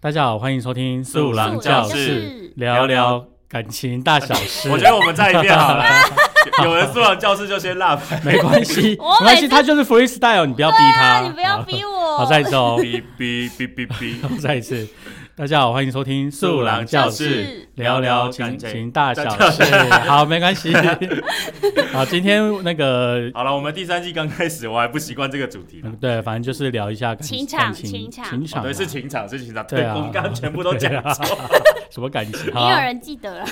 大家好，欢迎收听素朗郎教教室室，聊聊聊聊感情大小事。 我觉得我们再一 遍好了，有人素养教室就先 love，没关系，没我每次关系，他就是 freestyle，你不要逼他，啊，你不要逼我。好。好，再一次哦， 哔哔哔哔哔，再一次。大家好，欢迎收听素郎教室，聊聊感情大小事。好，没关 系。好，今天那个好了，我们第三季刚开始，我还不习惯这个主题呢。对，反正就是聊一下感情场感情情场情场哦啊，对，是情场，是情场。对对，啊我们刚刚全部都讲 错。什么感 情？没好有啊，人记得了。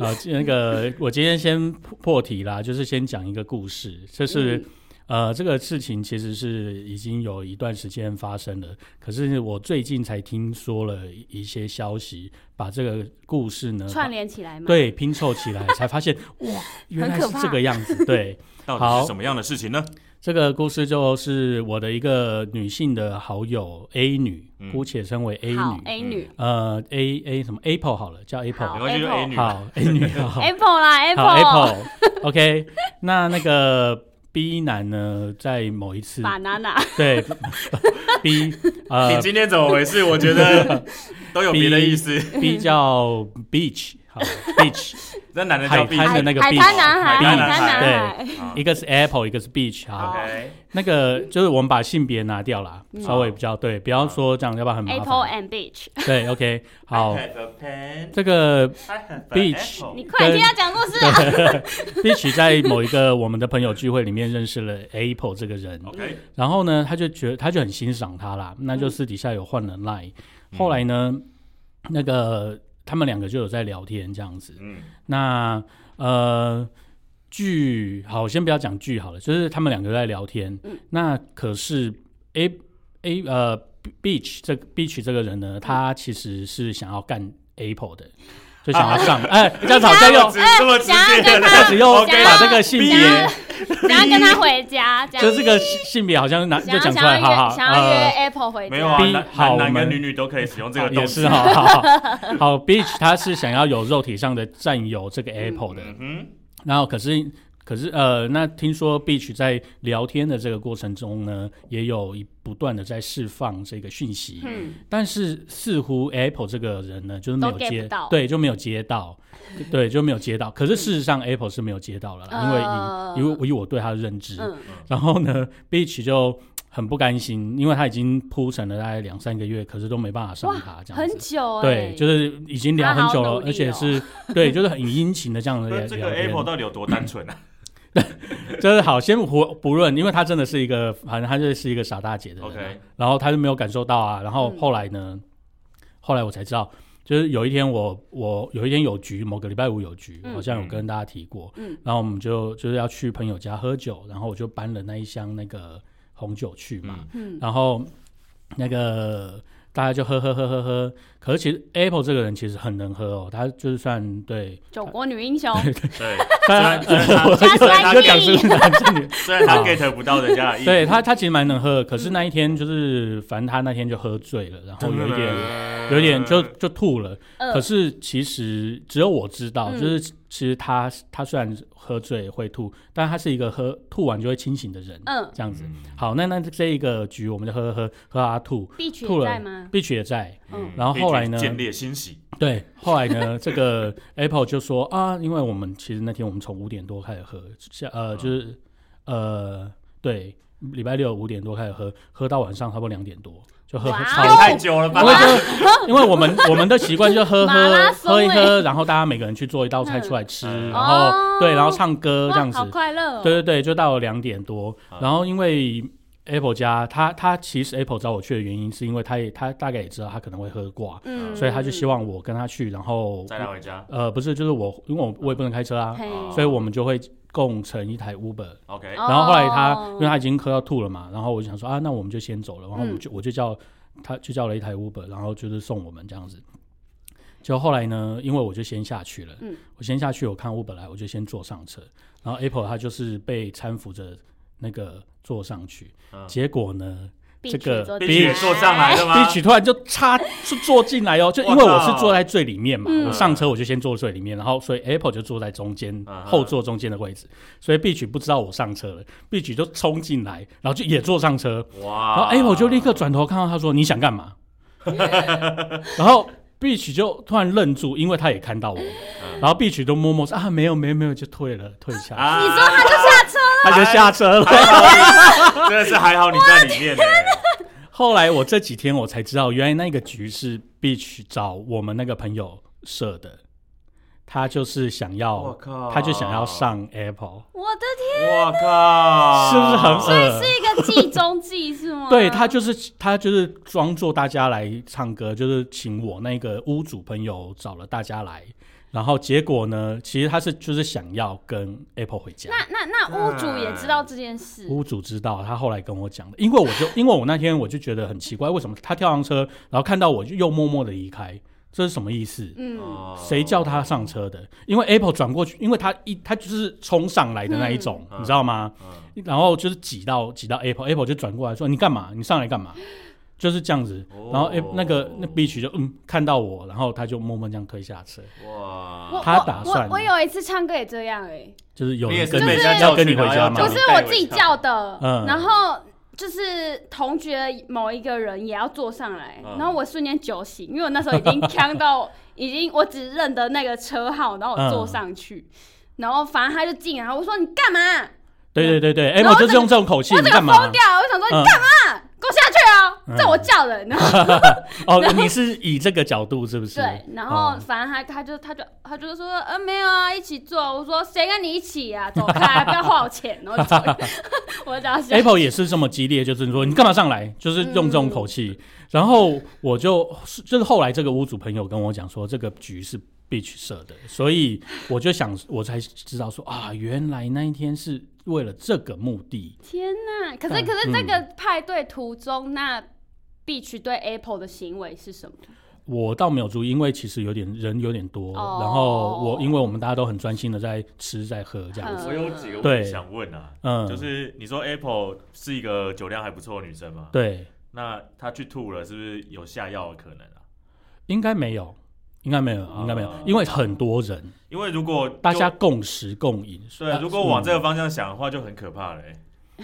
好，那个我今天先破破题啦，就是先讲一个故事，就是。呃，这个事情其实是已经有一段时间发生了，可是我最近才听说了一些消息，把这个故事呢串联起来把嘛。，对拼凑起来，才 发现哇，原来很可是怕这个样子。对，到底好是什么样的事情呢？这个故事就是我的一个女性的好友 A 女，嗯姑且称为 A 好女， ，A 女呃，A A 什么 Apple 好了，叫 Apple，没好关系，就 Apple A 女。 好 A 女好。 ，Apple 啦好，Apple， ，Apple，OK，、那那个 B 男呢，在某一次法娜娜， 对 B 你 呃今天怎么回事？我觉得都有别的意思。 B 叫 Beach 好 Beach，那男的叫海 B 滩的那个海 beach，滩男海孩，滩海男滩孩男孩，好一个是 Apple，一个是 Beach 好， ，OK，那个就是我们把性别拿掉啦，嗯稍微比较对，不要说这样要不然很麻 Apple 烦。 and Beach， 对，OK， I 好， have a pen, 这个 I have a Beach apple 你快跟听他讲故事啊！ Beach 在某一个我们的朋友聚会里面认识了 Apple 这个人， OK，然后呢，他就觉得他就很欣赏他啦，那就私底下有换了 line、后来呢，那个他们两个就有在聊天这样子。嗯，那呃，剧好，先不要讲剧好了，就是他们两个在聊天。那可是 A A 呃 Beach 这 Beach 这个人呢，他其实是想要干 Apple 的，就想要上啊哎、这样子好像又这么直这么直哎想要接跟的，他只 又想把要这个性别，想要跟他回家，这就样。这个性性别好像拿想就要讲想出来，好要好约想要约呃 Apple 回家，没有啊， B- 男好男男我们跟女女都可以使用这好个动也词是。哈，好好好 Beach 他是想要有肉体上的占有这个 Apple 的，嗯哼，然后可是可是呃，那听说 Beach 在聊天的这个过程中呢，也有一不断的在释放这个讯息，嗯，但是似乎 Apple 这个人呢，就是没有都 get 接不到对，就没有接到， 对，就没有接到。可是事实上 Apple 是没有接到了啦，呃因为以因为以我对他的认知，嗯然后呢，Beach 就。很不甘心，因为他已经铺陈了大概两三个月，可是都没办法上他，这样子很久哎，对，就是已经聊很久他了，好努力哦而且是对，就是很殷勤的这样的 那聊这个天 Apple 到底有多单纯啊 就是好，先不不论，因为她真的是一个，反正她就是一个傻大姐的人啊、 ？OK，然后她就没有感受到啊。然后嗯后来呢，后来我才知道，就是有一天我我有一天有局，某个礼拜五有局，嗯好像有跟大家提过。嗯然后我们就就是要去朋友家喝酒，然后我就搬了那一箱那个红酒去嘛。嗯，然后那个大家就喝喝喝喝喝，可是其实 Apple 这个人其实很能喝哦，他就是算 对，九国女英雄，对，当然虽然他我虽然他就讲是 gay 男是女，虽然他 get 不到人家的意思， 对他，他其实蛮能喝的，可是那一天就是，反正他那天就喝醉了，然后有一点，有一点就嗯就吐了。呃可是其实只有我知道，嗯就是其实他他虽然喝醉会吐，但他是一个喝吐完就会清醒的人，嗯这样子。好，那那这一个局我们就喝喝喝喝他吐，B 群吐了在吗？ ，Bitch 也在。嗯然后后来呢建立欣喜，对，后来呢，这个 Apple 就说啊，因为我们其实那天我们从五点多开始喝，下啊呃就是呃对，礼拜六五点多开始喝，喝到晚上差不多两点多就喝哇喝哦超也哦太久了吧因？为就因为我们我们的习惯就喝马喝拉松喝一欸喝，然后大家每个人去做一道菜出来吃，嗯然后哦对，然后唱歌哇，这样子好，快乐、哦。对对对，就到了两点多啊。然后因为 Apple 家他他其实 Apple 找我去的原因，是因为他也他大概也知道他可能会喝挂，嗯所以他就希望我跟他去，然后再来回家呃不是就是我，因为我我也不能开车啊，嘿哦所以我们就会共乘一台 Uber。 ，OK，然哦后后来他，因为他已经喝到吐了嘛，然后我就想说啊，那我们就先走了，然后嗯我们就、我就叫他就叫了一台 Uber，然后就是送我们这样子。就后来呢，因为我就先下去了，嗯我先下去，我看 Uber 来，我就先坐上车，然后 Apple 他就是被搀扶着那个坐上去，嗯结果呢，必这须个做被必起须雪坐上来的吗？一曲突然就插就坐进来哦，就因为我是坐在最里面嘛，嗯我上车我就先坐最里面，然后所以 Apple 就坐在中间嗯后座中间的位置，所以 B 曲不知道我上车了，B 曲就冲进来，然后就也坐上车，然哇后 Apple 就立刻转头看到他说你想干嘛？ 然后 Beach 就突然愣住，因为他也看到我，嗯然后 Beach 都摸摸说啊没有没有没有，就退了退下，啊你说他就下车，他就下车了。还好 你，真的是还好你在里面呢。后来我这几天我才知道，原来那个局是 Beach 找我们那个朋友设的，他就是想我要，靠，哦他就想要，上 Apple，我的我靠，是不是很天，恶？是一个计中计是 吗？对他就是他就是装作大家来唱歌，就是请我那个屋主朋友找了大家来，然后结果呢，其实他是就是想要跟 Apple 回家。那那那啊屋主也知道这件事，屋主知道，他后来跟我讲的，因为我就 因为我那天我就觉得很奇怪，为什么他跳上车，然后看到我就又默默的离开，这是什么意思？嗯，哦？谁叫他上车的？因为 Apple 转过去，因为他一他就是冲上来的那一种，嗯你知道吗？嗯？然后就是挤到挤到 Apple，Apple 就转过来说：“你干嘛？你上来干嘛？”就是这样子。哦然后 A 那个那 B 曲就嗯看到我，然后他就默默这样推下车，我哇，他打算我我我有一次唱歌也这样哎、就是有你也人是跟被你人家要叫跟去你回然后家要吗叫嗯不你是带我回自己家叫的，嗯然后就是同学某一个人也要坐上来，嗯然后我瞬间酒醒，因为我那时候已经 呛到，已经我只认得那个车号，然后嗯我坐上去，然后反正他就进来，我说你干嘛？对对对对然后，Apple 就是这个用这种口气，我你整个干疯嘛？掉，我想说嗯你干嘛？给我下去嗯啊！这我叫的，然后哦然，后你是以这个角度是不是？对，然后哦反正他他就他就他就说呃没有啊，一起坐。我说谁跟你一起啊？走开，不要花我钱。然后就 走 我打 算 Apple 也是这么激烈，就是说你干嘛上来，就是用这种口气。然后我就是就是后来这个屋主朋友跟我讲说，这个局是 Beach 设的，所以我就想，我才知道说啊，原来那一天是为了这个目的。天呐！可是嗯可是这个派对途中，那 Beach 对 Apple 的行为是什么？我倒没有注意，因为其实有点人有点多，哦然后我因为我们大家都很专心的在吃在喝这样呃子，我有几个问对题想问啊，嗯，就是你说 Apple 是一个酒量还不错的女生吗？对，那她去吐了，是不是有下药的可能啊？应该没有，应该没有，应该没有哦，因为很多人，因为如果就大家共食共饮，对啊，如果往嗯这个方向想的话，就很可怕嘞、欸。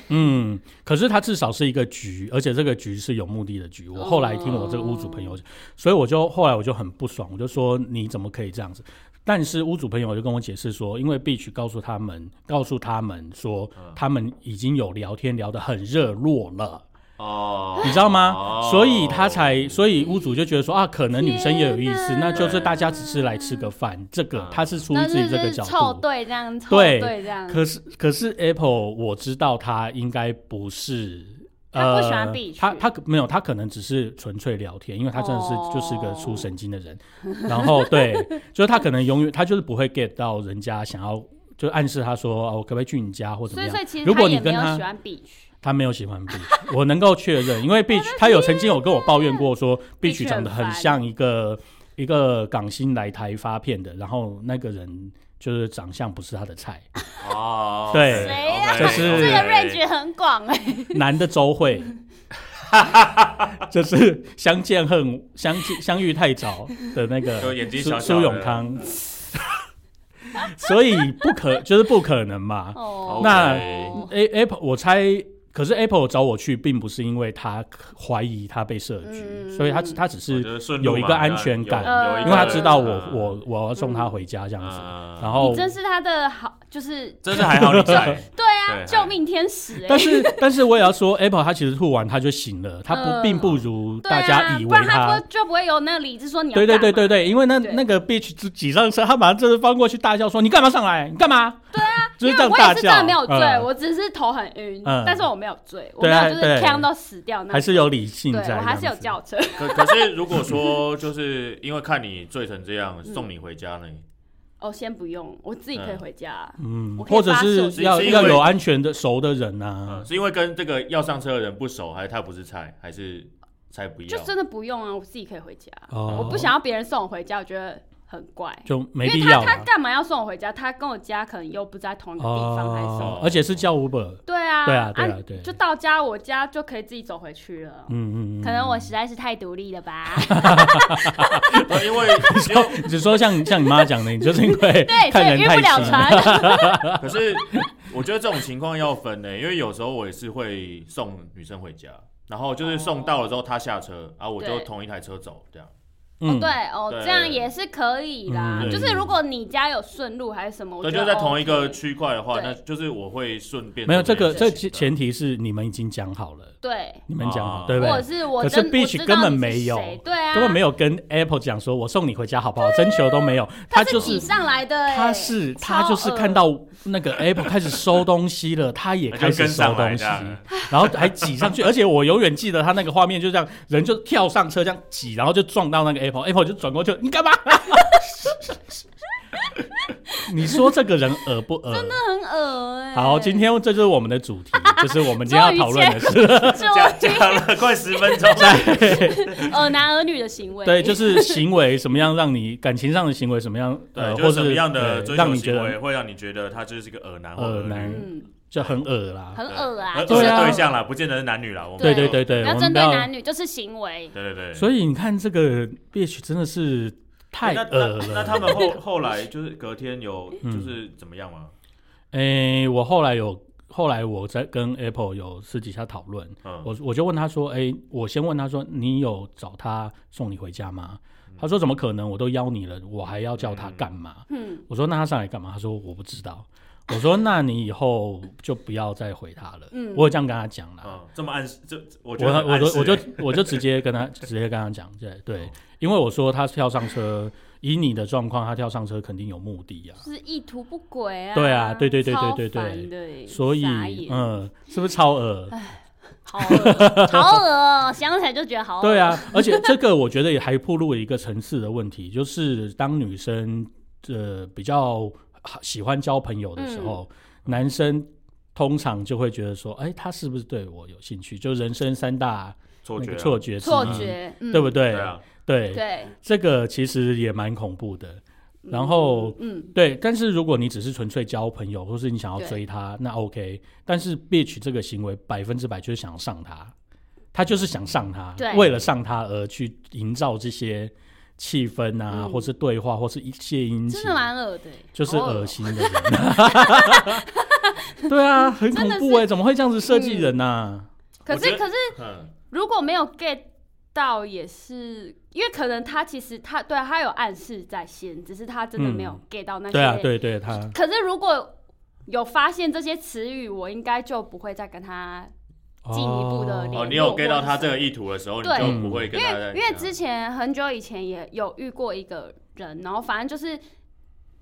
嗯，可是它至少是一个局，而且这个局是有目的的局。哦我后来听我这个屋主朋友讲，所以我就后来我就很不爽，我就说你怎么可以这样子？但是屋主朋友就跟我解释说，因为 Beach 告诉他们，告诉他们说嗯他们已经有聊天聊得很热络了，哦你知道吗哦？所以他才，所以屋主就觉得说啊，可能女生也有意思，天哪那就是大家只是来吃个饭，这个嗯他是出于那自己是这就个是角凑度。对这样，凑对对这样。可是可是 Apple 我知道他应该不是。他不喜欢 Beach 他他可没有，他可能只是纯粹聊天，因为他真的是哦就是个出神经的人。然后对，就是他可能永远他就是不会 get 到人家想要，就暗示他说哦，我可不可以去你家或怎所么以样所以其实如他果你也没跟有他喜欢 Beach，他没有喜欢 Beach，我能够确认，因为哦 Beach 他有曾经有跟我抱怨过说 Beach Beach 长得很很烦像一个一个港星来台发片的，然后那个人就是长相不是他的菜，哦，对啊谁呀 OK，就是这对个 OK range 很广哎。 男的周慧， 就是相见恨相见相遇太早的那个就眼睛苏小苏小的永康，所以不可就是不可能嘛。哦，那 OK A Apple 我猜，可是 Apple 找我去，并不是因为他怀疑他被设局，嗯所以他只他只我是觉得顺路有一嘛个安全有感有一因个为他知道我、嗯我我要送他回家这样子，嗯然后你真是他的好，就是真的还好你 在，对啊，对救命天使哎但。是，但是我也要说，Apple 它其实吐完它就醒了，它不、嗯并不如对大家啊，以不为然他不就不会有那个理智说你要对对对对对对，因为那对那个 bitch 就挤上车，他马上就是翻过去大叫说：“你干嘛上来？你干嘛？”对啊，就因是这为样我大也是真叫。的没有醉，嗯我只是头很晕，嗯但是我没有醉，我对没啊有就对是呛到死掉那还种。是有理性对，在，我还是这有样子。叫车。 可可是如果说就是因为看你醉成这样，送你回家呢？哦，先不用，我自己可以回家。啊嗯，我可以或者发是誓要是因要为有安全的熟的人啊嗯，。是因为跟这个要上车的人不熟，还是他不是菜，还是菜不就要？真的不用啊，我自己可以回家。嗯哦我不想要别人送我回家，我觉得很怪。就没因为必他要啊他了。干嘛要送我回家？他跟我家可能又不在同一个地方，还啊是什么？哦，而且是叫 Uber。对啊，对啊对啊对就到家，我家就可以自己走回去了。嗯嗯嗯，可能我实在是太独立了吧？呃 因为因为只说像 像你妈讲的，你就是因为对，所看以人晕太不了细船。可是我觉得这种情况要分呢，因为有时候我也是会送女生回家，然后就是送到了之后他下车，啊，我就对同一台车走，这样。哦，嗯，对哦，对这样也是可以啦。嗯就是如果你家有顺路还是什么，我对，觉就得是在同一个 OK 区块的话，对那就是我会顺便没有这做个件这事情的前提是你们已经讲好了，对，你们讲哦好，对不或者对？是我可是真 Beach 我知道根本你是没有谁对啊，根本没有跟 Apple 讲说我送你回家好不好，征求都没有，他就挤是。上来的、欸，他是他超就是恶看到那个 Apple 开始收东西 了，他也那就开始跟收上来东西这样， 然后还挤上去，而且我永远记得他那个画面，就这样人就跳上车这样挤，然后就撞到那个 Apple，Apple 就转过去，你干嘛？ 你说这个人恶不恶？真的很恶哎、好，今天这就是我们的主题，就是我们今天要讨论的是，讲就讲 了快十分钟，恶男恶女的行为，对，就是行为什么样让你感情上的行为什么样，对，呃，就或是什么是样的对追让求你觉行为得会让你觉得他就是一个耳男或恶耳男女？嗯，就很恶啦。很恶啊，而就对是而啊且对象啦，不见得是男女啦，我们对对对对对，要我们针不对要。男女就是行为，对对对，所以以你看这个 bitch 真的是太那恶那了。那他们后 后来就是隔天有嗯就是怎么样吗？诶、我后来有，后来我在跟 Apple 有私底下讨论，嗯，我我就问他说，诶、我先问他说，你有找他送你回家吗？嗯他说怎么可能？我都邀你了，我还要叫他干嘛？嗯，我说那他上来干嘛？他说我不知道。我说那你以后就不要再回他了。嗯我有这样跟他讲啦。嗯，这么暗示，这这我我觉得很我暗就示我就欸我就直 接跟他直接跟他讲，对对哦，因为我说他跳上车，以你的状况，他跳上车肯定有目的啊。就是意图不轨啊，对啊对对对对对对超烦的欸所以傻，眼嗯，是不是超恶？好恶，好恶哦，想起来就觉得好恶，对，啊，而且这个我觉得也还暴露了一个层次的问题，就是当女生呃比较喜欢交朋友的时候，嗯男生通常就会觉得说，哎、他是不是对我有兴趣？就人生三大错那觉个啊错觉之一错，觉，嗯对不对？对啊，对对，这个其实也蛮恐怖的。嗯然后嗯，对，但是如果你只是纯粹交朋友，或是你想要对追他，那 OK。但是 bitch 这个行为百分之百就是想上他，他就是想上他对，为了上他而去营造这些气氛啊，嗯或是对话，或是一些音真节的，蛮恶的欸，就是好恶恶哦，心的人。 对啊，很恐怖哎、怎么会这样子设计人啊呐、可我觉是得可是嗯，如果没有 get 到，也是因为可能他其实他对啊他有暗示在先，只是他真的没有嗯 get 到那些。对啊，对对，他可是如果有发现这些词语，我应该就不会再跟他，进一步的哦，哦联你有络 get 到或者他这是个意图的时候，你对就不会因跟他为在啊因为讲之前很久以前也有遇过一个人，然后反正就是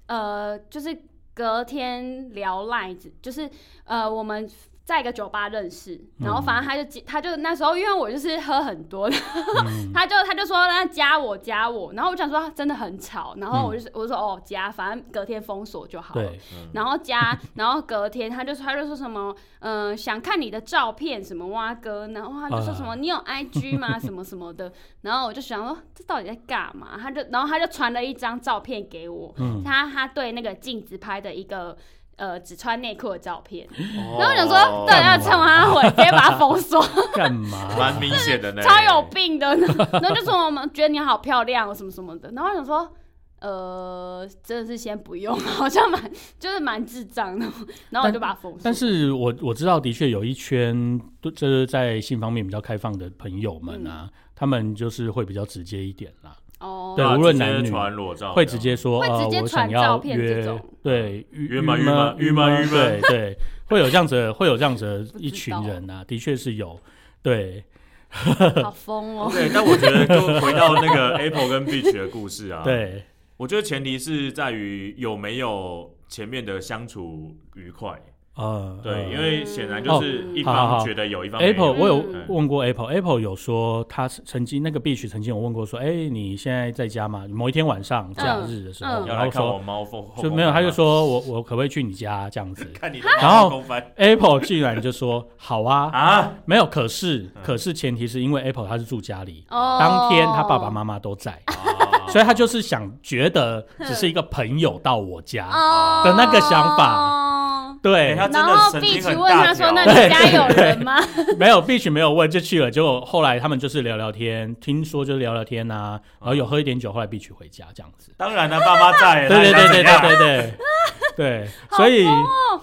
呃，就是隔天聊赖子，就是呃我们。在一个酒吧认识，然后反正他就、他就那时候，因为我就是喝很多，嗯 他就他就说那加我加我，然后我想说啊真的很吵，然后我就、我就说哦加，反正隔天封锁就好了。对，嗯然后加， 然后隔天他就他就说什么，嗯、想看你的照片什么蛙哥，然后他就说什么、你有 IG 吗 什么什么的，然后我就想说这到底在干嘛？他就然后他就传了一张照片给我，嗯，他他对那个镜子拍的一个呃只穿内裤的照片，哦然后我想说对要啊干嘛冲他回，直接把他封锁。干嘛？蛮明显的呢，超有病的， 然后就说我们觉得你好漂亮哦什么什么的，然后我想说，呃，真的是先不用，好像蛮就是蛮智障的， 然后我就把它封锁。但是我我知道，的确有一圈，对就是在性方面比较开放的朋友们啊，嗯他们就是会比较直接一点啦，哦，对啊无论直接男女传裸照，会直接说会呃直接我想传要照片这种约，对，啊约吗约吗约约吗约对吗对，会有这样子的，会有这样子的一不知群道人啊，的确是有，对好疯哦，对，但我觉得就回到 那个 Apple 跟 Beach 的故事啊，，对，我觉得前提是在于有没有前面的相处愉快，呃，对，呃因为显然就是一好好方好觉得有一哎方没 Apple，我有嗯问过 Apple，Apple 有说他曾经那个 Beach 曾经有问过说，哎、你现在在家吗？某一天晚上假日的时候，嗯要嗯然来后看我说猫后后就没有，他就说我我可不可以去你家这样子？ 看你的然后猫公翻 Apple 竟然就说好啊， 啊，没有，可是嗯可是前提是因为 Apple 他是住家里，哦，当天他爸爸妈妈都在，哦所以他就是想觉得只是一个朋友到我家，哦的那个想法法。对哎，他然真的后神 B 经去很问他大说：“条，那你家有人吗没有必须没有问就去了，结果后来他们就是聊聊天，听说就是聊聊天呐、啊，然后哦有喝一点酒，后来必须回家这样子，当然了，爸妈在，对对哎那对你对想怎样 哦对对对对，所以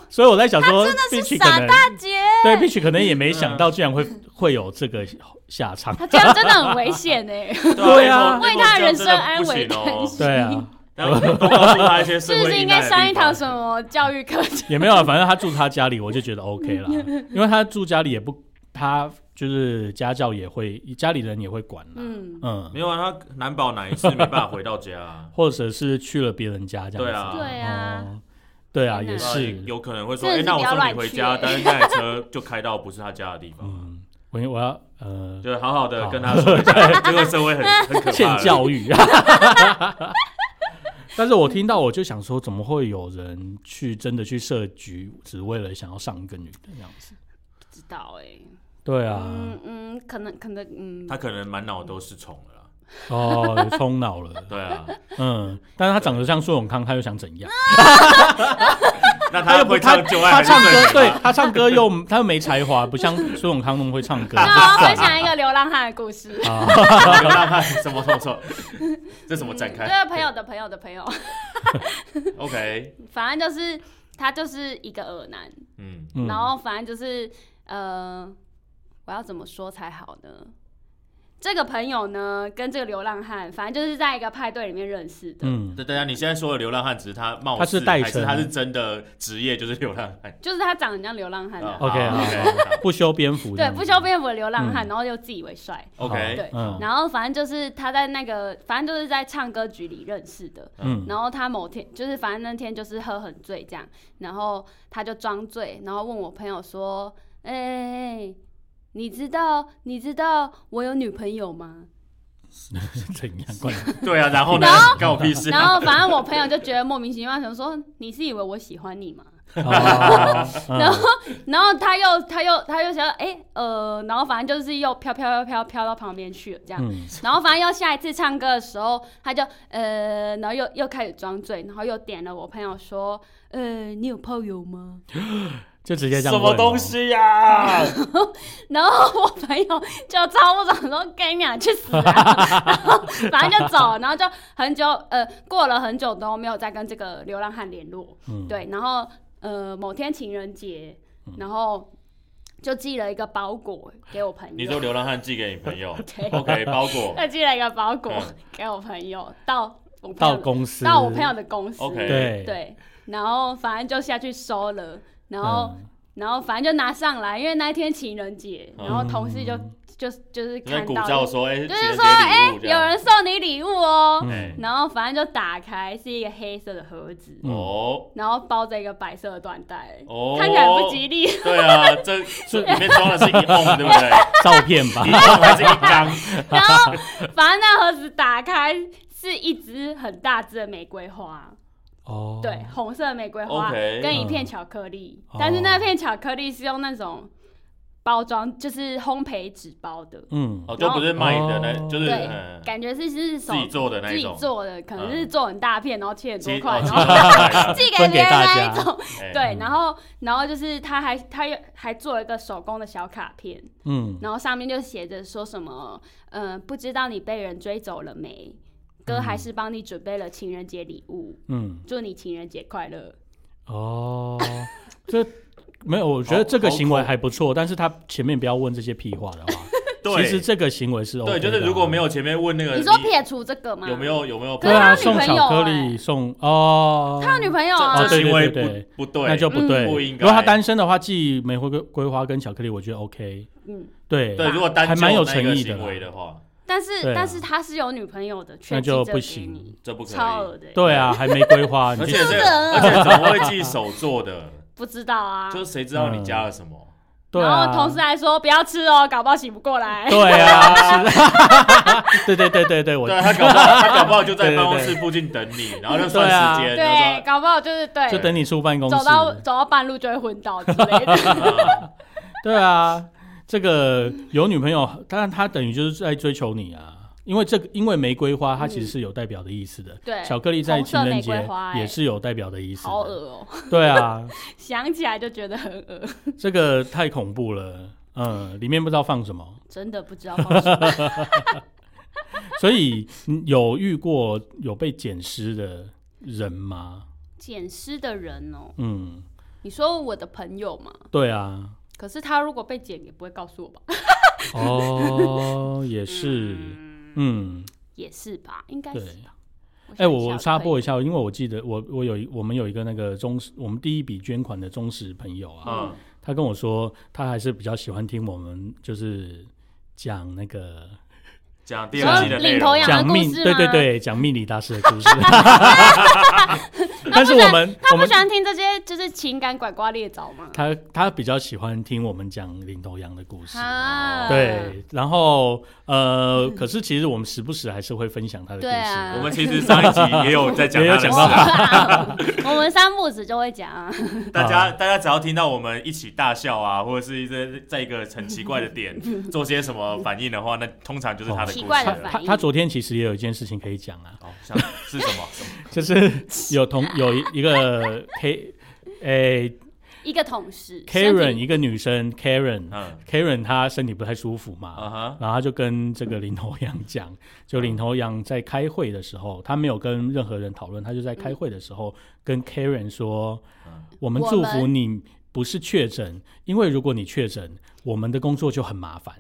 所以我在想说，必须可傻能大姐对 Beach 可能也没想到，居然会嗯会有这个下场。 他这样真的很危 险哎、对啊为他的人身安危担心。心。对啊，然后哦多告诉他一些社是会不是应该上一堂堂什？么教育课？也没有啊，反正他住他家里，我就觉得 OK 啦，因为他住家里也不，他就是家教也会，家里人也会管啦。嗯，嗯，没有啊，他难保哪一次没办法回到家啊 或者是去了别人家这样子。对啊对啊哦，对啊，天哪也对是啊。有可能会说，真哎、的是那我不要送乱你回去家，欸但是那台车就开到不是他家的地方，嗯，我我要呃就好好的好跟他说一下，这个社会很很可怕 的。欠教育。 但是我听到我就想说，怎么会有人去真的去设局，只为了想要上一个女的这样子？不知道哎、对啊，嗯嗯，可能可能嗯，他可能满脑都是虫了啦。哦，冲脑了，对啊，嗯，但是他长得像苏永康，他又想怎 样？那他他又不会唱旧爱他还是唱顺歌，流对吧他唱歌又 他又没才华，不像苏永康那么会唱歌。 那我要分享一个流浪汉的故 事。啊，流浪汉什么什么什么， 这怎么展嗯开这个朋友的朋友的朋友， ？OK，反正就是他就是一个耳男，嗯，嗯然后反正就是呃，我要怎么说才好呢？这个朋友呢，跟这个流浪汉，反正就是在一个派对里面认识的，嗯，对对啊，你现在说的流浪汉只是他貌似，他是代称还是他是真的职业就是流浪汉就是他长得像流浪汉的，啊 OK，好好不修边幅这对，样子。不修边幅的哦流浪汉，嗯然后又自以为帅， ，OK，OK，对嗯然后反正就是他在那个，反正就是在唱歌局里认识的。嗯，然后他某天就是反正那天就是喝很醉这样，然后他就装醉，然后问我朋友说：“哎、你知道你知道我有女朋友吗 怎样？关 你对啊，然后呢然后，干我 屁？”啊事啊然后反正我朋友就觉得莫名其妙，想说：“你是以为我喜欢你吗？” 哦然嗯后然后他又他又他又想说：“哎、呃，然后反正就是又飘飘飘飘飘到旁边去了这样。嗯，然后反正又下一次唱歌的时候，他就呃，然后又又开始装醉，然后又点了我朋友说，呃，你有炮友吗？就直接这样什么问哦东？西呀？然后我朋友就超不爽，说跟你俩去死、啊， 然后反正就走，然后就很久呃，过了很久都没有再跟这个流浪汉联络，嗯，对，然后呃，某天情人节，然后就寄了一个包裹给我朋友，你说流浪汉寄给你朋友对，OK，包 裹他寄了一个包裹嗯给我朋友，到我朋到友公司，到我朋友的公司 OK 对，对，然后反正就下去收了，然嗯后、然后反正就拿上来，因为那一天情人节，然后同事就、就就是就在看哦鼓到，噪说，哎，就情是人说，哎、节礼物这有样人。送你礼物哦、哎嗯然后反正就打开是一个黑色的盒子，嗯哦然后包着一个白色的缎带，哦，看起来很不吉 利。对啊，这这里面装的是一 瓮，对不对？照片 吧一，瓮还是一缸？然后反正那盒子打开是一支很大支的玫瑰花。哦，对，红色玫瑰花 OK 跟一片嗯巧克力，哦但是那片巧克力是用那种包装，就是烘焙纸包的，嗯， 哦，就不是卖的那，哦就是对嗯感觉是是手自己做的那自一己种，做的，可嗯能是做很大片，然后切很多鸡块，哦然鸡后 块寄给分给别人大那一家种。哎 对，嗯然后然后就是他还他又还做了一个手工的小卡片，嗯，然后上面就写着说什么，呃，不知道你被人追走了没？嗯哥还是帮你准备了情人节礼物，嗯，祝你情人节快乐。哦，这没有，我觉得这个行为还不错，但是他前面不要问这些屁话的话， 对，其实这个行为是 OK 对，就是的啊如果没有前面问那个，你说撇除这个吗？有没有有没有可对是啊，他有送女朋友巧克力哎送哦，他有女朋友啊哦这，对行为对对不不对，那就不对，不应该如果他单身的话，寄玫瑰瑰花跟巧克力，我觉得 OK，嗯，对对，如果单就还蛮有那个诚意的啦行为的话，但是、对啊但是他是有女朋友的，却那就寄这个不给行你，这不可超以。恶的欸，对啊，还玫瑰 花，你而去且这这人而且怎么会记手做的？不知道啊。就是谁知道你加了什么？对啊，然后同事还说不要吃哦，搞不好醒不过来。对啊，是， 对 对对对对，我对他搞不 好他搞不好就在对对办公对室附近等你，然后就对啊算时间，就对，说搞不好就是就对，等你出办公室，走到走到半路就会昏倒之 类的。啊对啊，这个有女朋友，当然他等于就是在追求你啊，因为这个因为玫瑰花它其实是有代表的意思的，嗯对，巧克力在情人红色玫节瑰花欸也是有代表的意思的好恶哦、对啊，想起来就觉得很恶，这个太恐怖了，嗯，里面不知道放什么，真的不知道放什么。所以你有遇过有被捡尸的人吗？捡尸的人哦、嗯，你说我的朋友嘛，对啊，可是他如果被剪，也不会告诉我吧？哦，也是，嗯，嗯，也是吧，应该对是吧。哎、想一我下插可以播一下，因为我记得我我有一我们有一个那个忠实，我们第一笔捐款的忠实朋友啊，嗯，他跟我说他还是比较喜欢听我们就是讲那个讲第二季的内领头容羊，讲的故命，事对对吗对，讲命理大师的故事。 但是不我然们我他不们喜欢听这些就是情感拐瓜裂枣嘛？他他比较喜欢听我们讲领头羊的故事。啊，对，然后呃，可是其实我们时不时还是会分享他的故对事。啊我们其实上一集也有在讲也他有的事讲啊到， 我们三步子就会讲啊，大家大家只要听到我们一起大笑啊，或者是一些在一个很奇怪的 点做些什么反应的话，那通常就是他的故事奇怪他的反了。他应他昨天其实也有一件事情可以讲啊，哦，像是什么？ 就是有同有一一个 K，诶、一个同事 Karen 身体一个女生 Karen，Karen 嗯她身体不太舒服嘛，啊哈，然后他就跟这个领头羊讲，就领头羊在开会的时候，他没有跟任何人讨论，他就在开会的时候跟 Karen 说嗯，我们我祝们福你不是确诊，因为如果你确诊，我们的工作就很麻烦。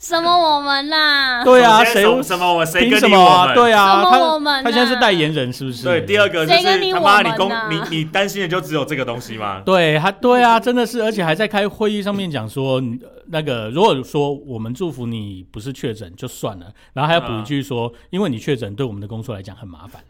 什么我们啦，对啊，首谁先什么什么我谁凭跟什你么我啊？们？对啊，什么我他们啊他现在是代言人是不是？对，第二个就谁跟你是他妈我你们公啊你你担心的就只有这个东西 吗？对他，对啊，真的是，而且还在开会议上面讲说，你呃那个如果说我们祝福你不是确诊就算了，然后还要补一句说，因为你确诊对我们的工作来讲很麻烦，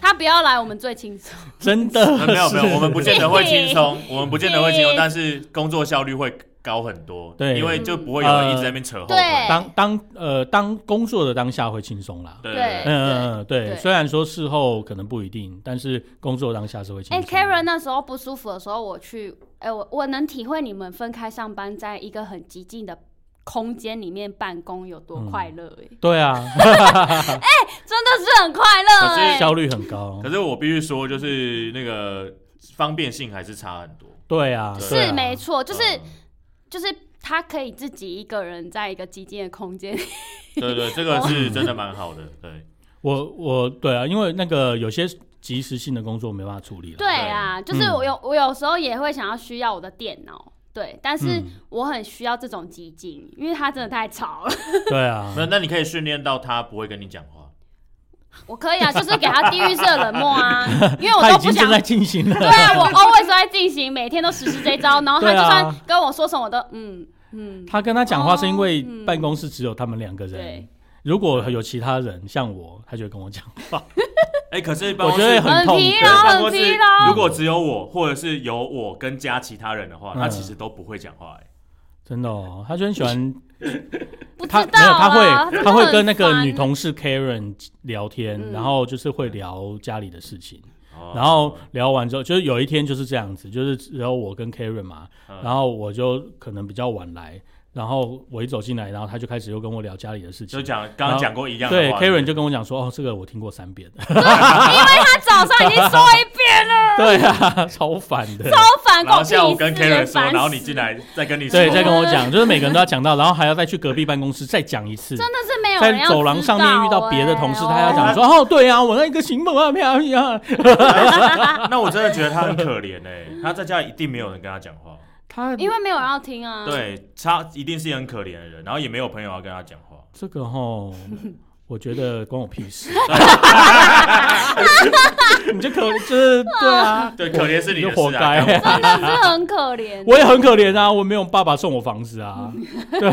他不要来，我们最轻松。真的 嗯没有没有，是我们不见得会轻松，我们不见得会轻松对，但是工作效率会高很多，对因为就不会有人一直在那边扯后腿。对当当呃当工作的当下会轻松啦。对对嗯嗯对，对虽然说事后可能不一定，但是工作当下是会轻哎、松的。 k a r e n 那时候不舒服的时候，我去，哎、我我能体会你们分开上班，在一个很激进的空间里面办公有多快乐、哎、对啊，真的是很快乐、可是哎，效率很高可。是我必须说，就是那个方便性还是差很多。对啊，是对是啊没错，就是、嗯就是他可以自己一个人在一个激进的空间，对对，这个是真的 蛮好的。对，我我对啊，因为那个有些即时性的工作没办法处理了。对啊，嗯就是我有我有时候也会想要需要我的电脑。对，但是嗯我很需要这种激进，因为他真的太吵了。对啊，那那你可以训练到他不会跟你讲话。我可以啊，就是给他地狱式的冷漠 啊，因为我他都已不经想正在进行了。 对啊，我 always 在进行，每天都实施这一招，然后他对就啊算跟我说什么我都嗯嗯，他跟他讲话是因为哦嗯办公室只有他们两个人，对如果有其他人像我，他就会跟我讲。哎，可是办我公觉室得对很痛很疲苦劳。办公很室疲劳如果只有我，或者是有我跟加其他人的话，嗯他其实都不会讲话。哎，真的哦，他就很喜欢不知他道没有，他啊会他会跟那个女，真的很烦同事 Karen 聊天，嗯然后就是会聊家里的事情，哦然后聊完之后，就是有一天就是这样子，就是只有我跟 Karen 嘛，嗯然后我就可能比较晚来，然后我一走进来，然后他就开始又跟我聊家里的事就情。讲刚刚讲过一样的对话。 ，Karen 就跟我讲说，哦，这个我听过三遍， 他早上已经说一遍了，对啊，超烦的，好烦，然后关我下午屁跟事 Karen 说，烦死然后你进来再跟你说，对，再跟我讲，就是每个人都要讲到，然后还要再去隔壁办公室再讲一次，真的是没有人在要哎走廊上面遇到别的同事，他要讲说，说，哦，对啊，我那个行动啊，飘呀，那我真的觉得他很可怜哎，他在家里一定没有人跟他讲话，他因为没有人要听啊，，对他一定是一个很可怜的人，然后也没有朋友要跟他讲话。这个吼，我觉得关我屁 事。你就可就是对啊，对，可怜是你就的活事啊， 该。真的是很可怜。我也很可怜啊，我没有爸爸送我房子 啊。对，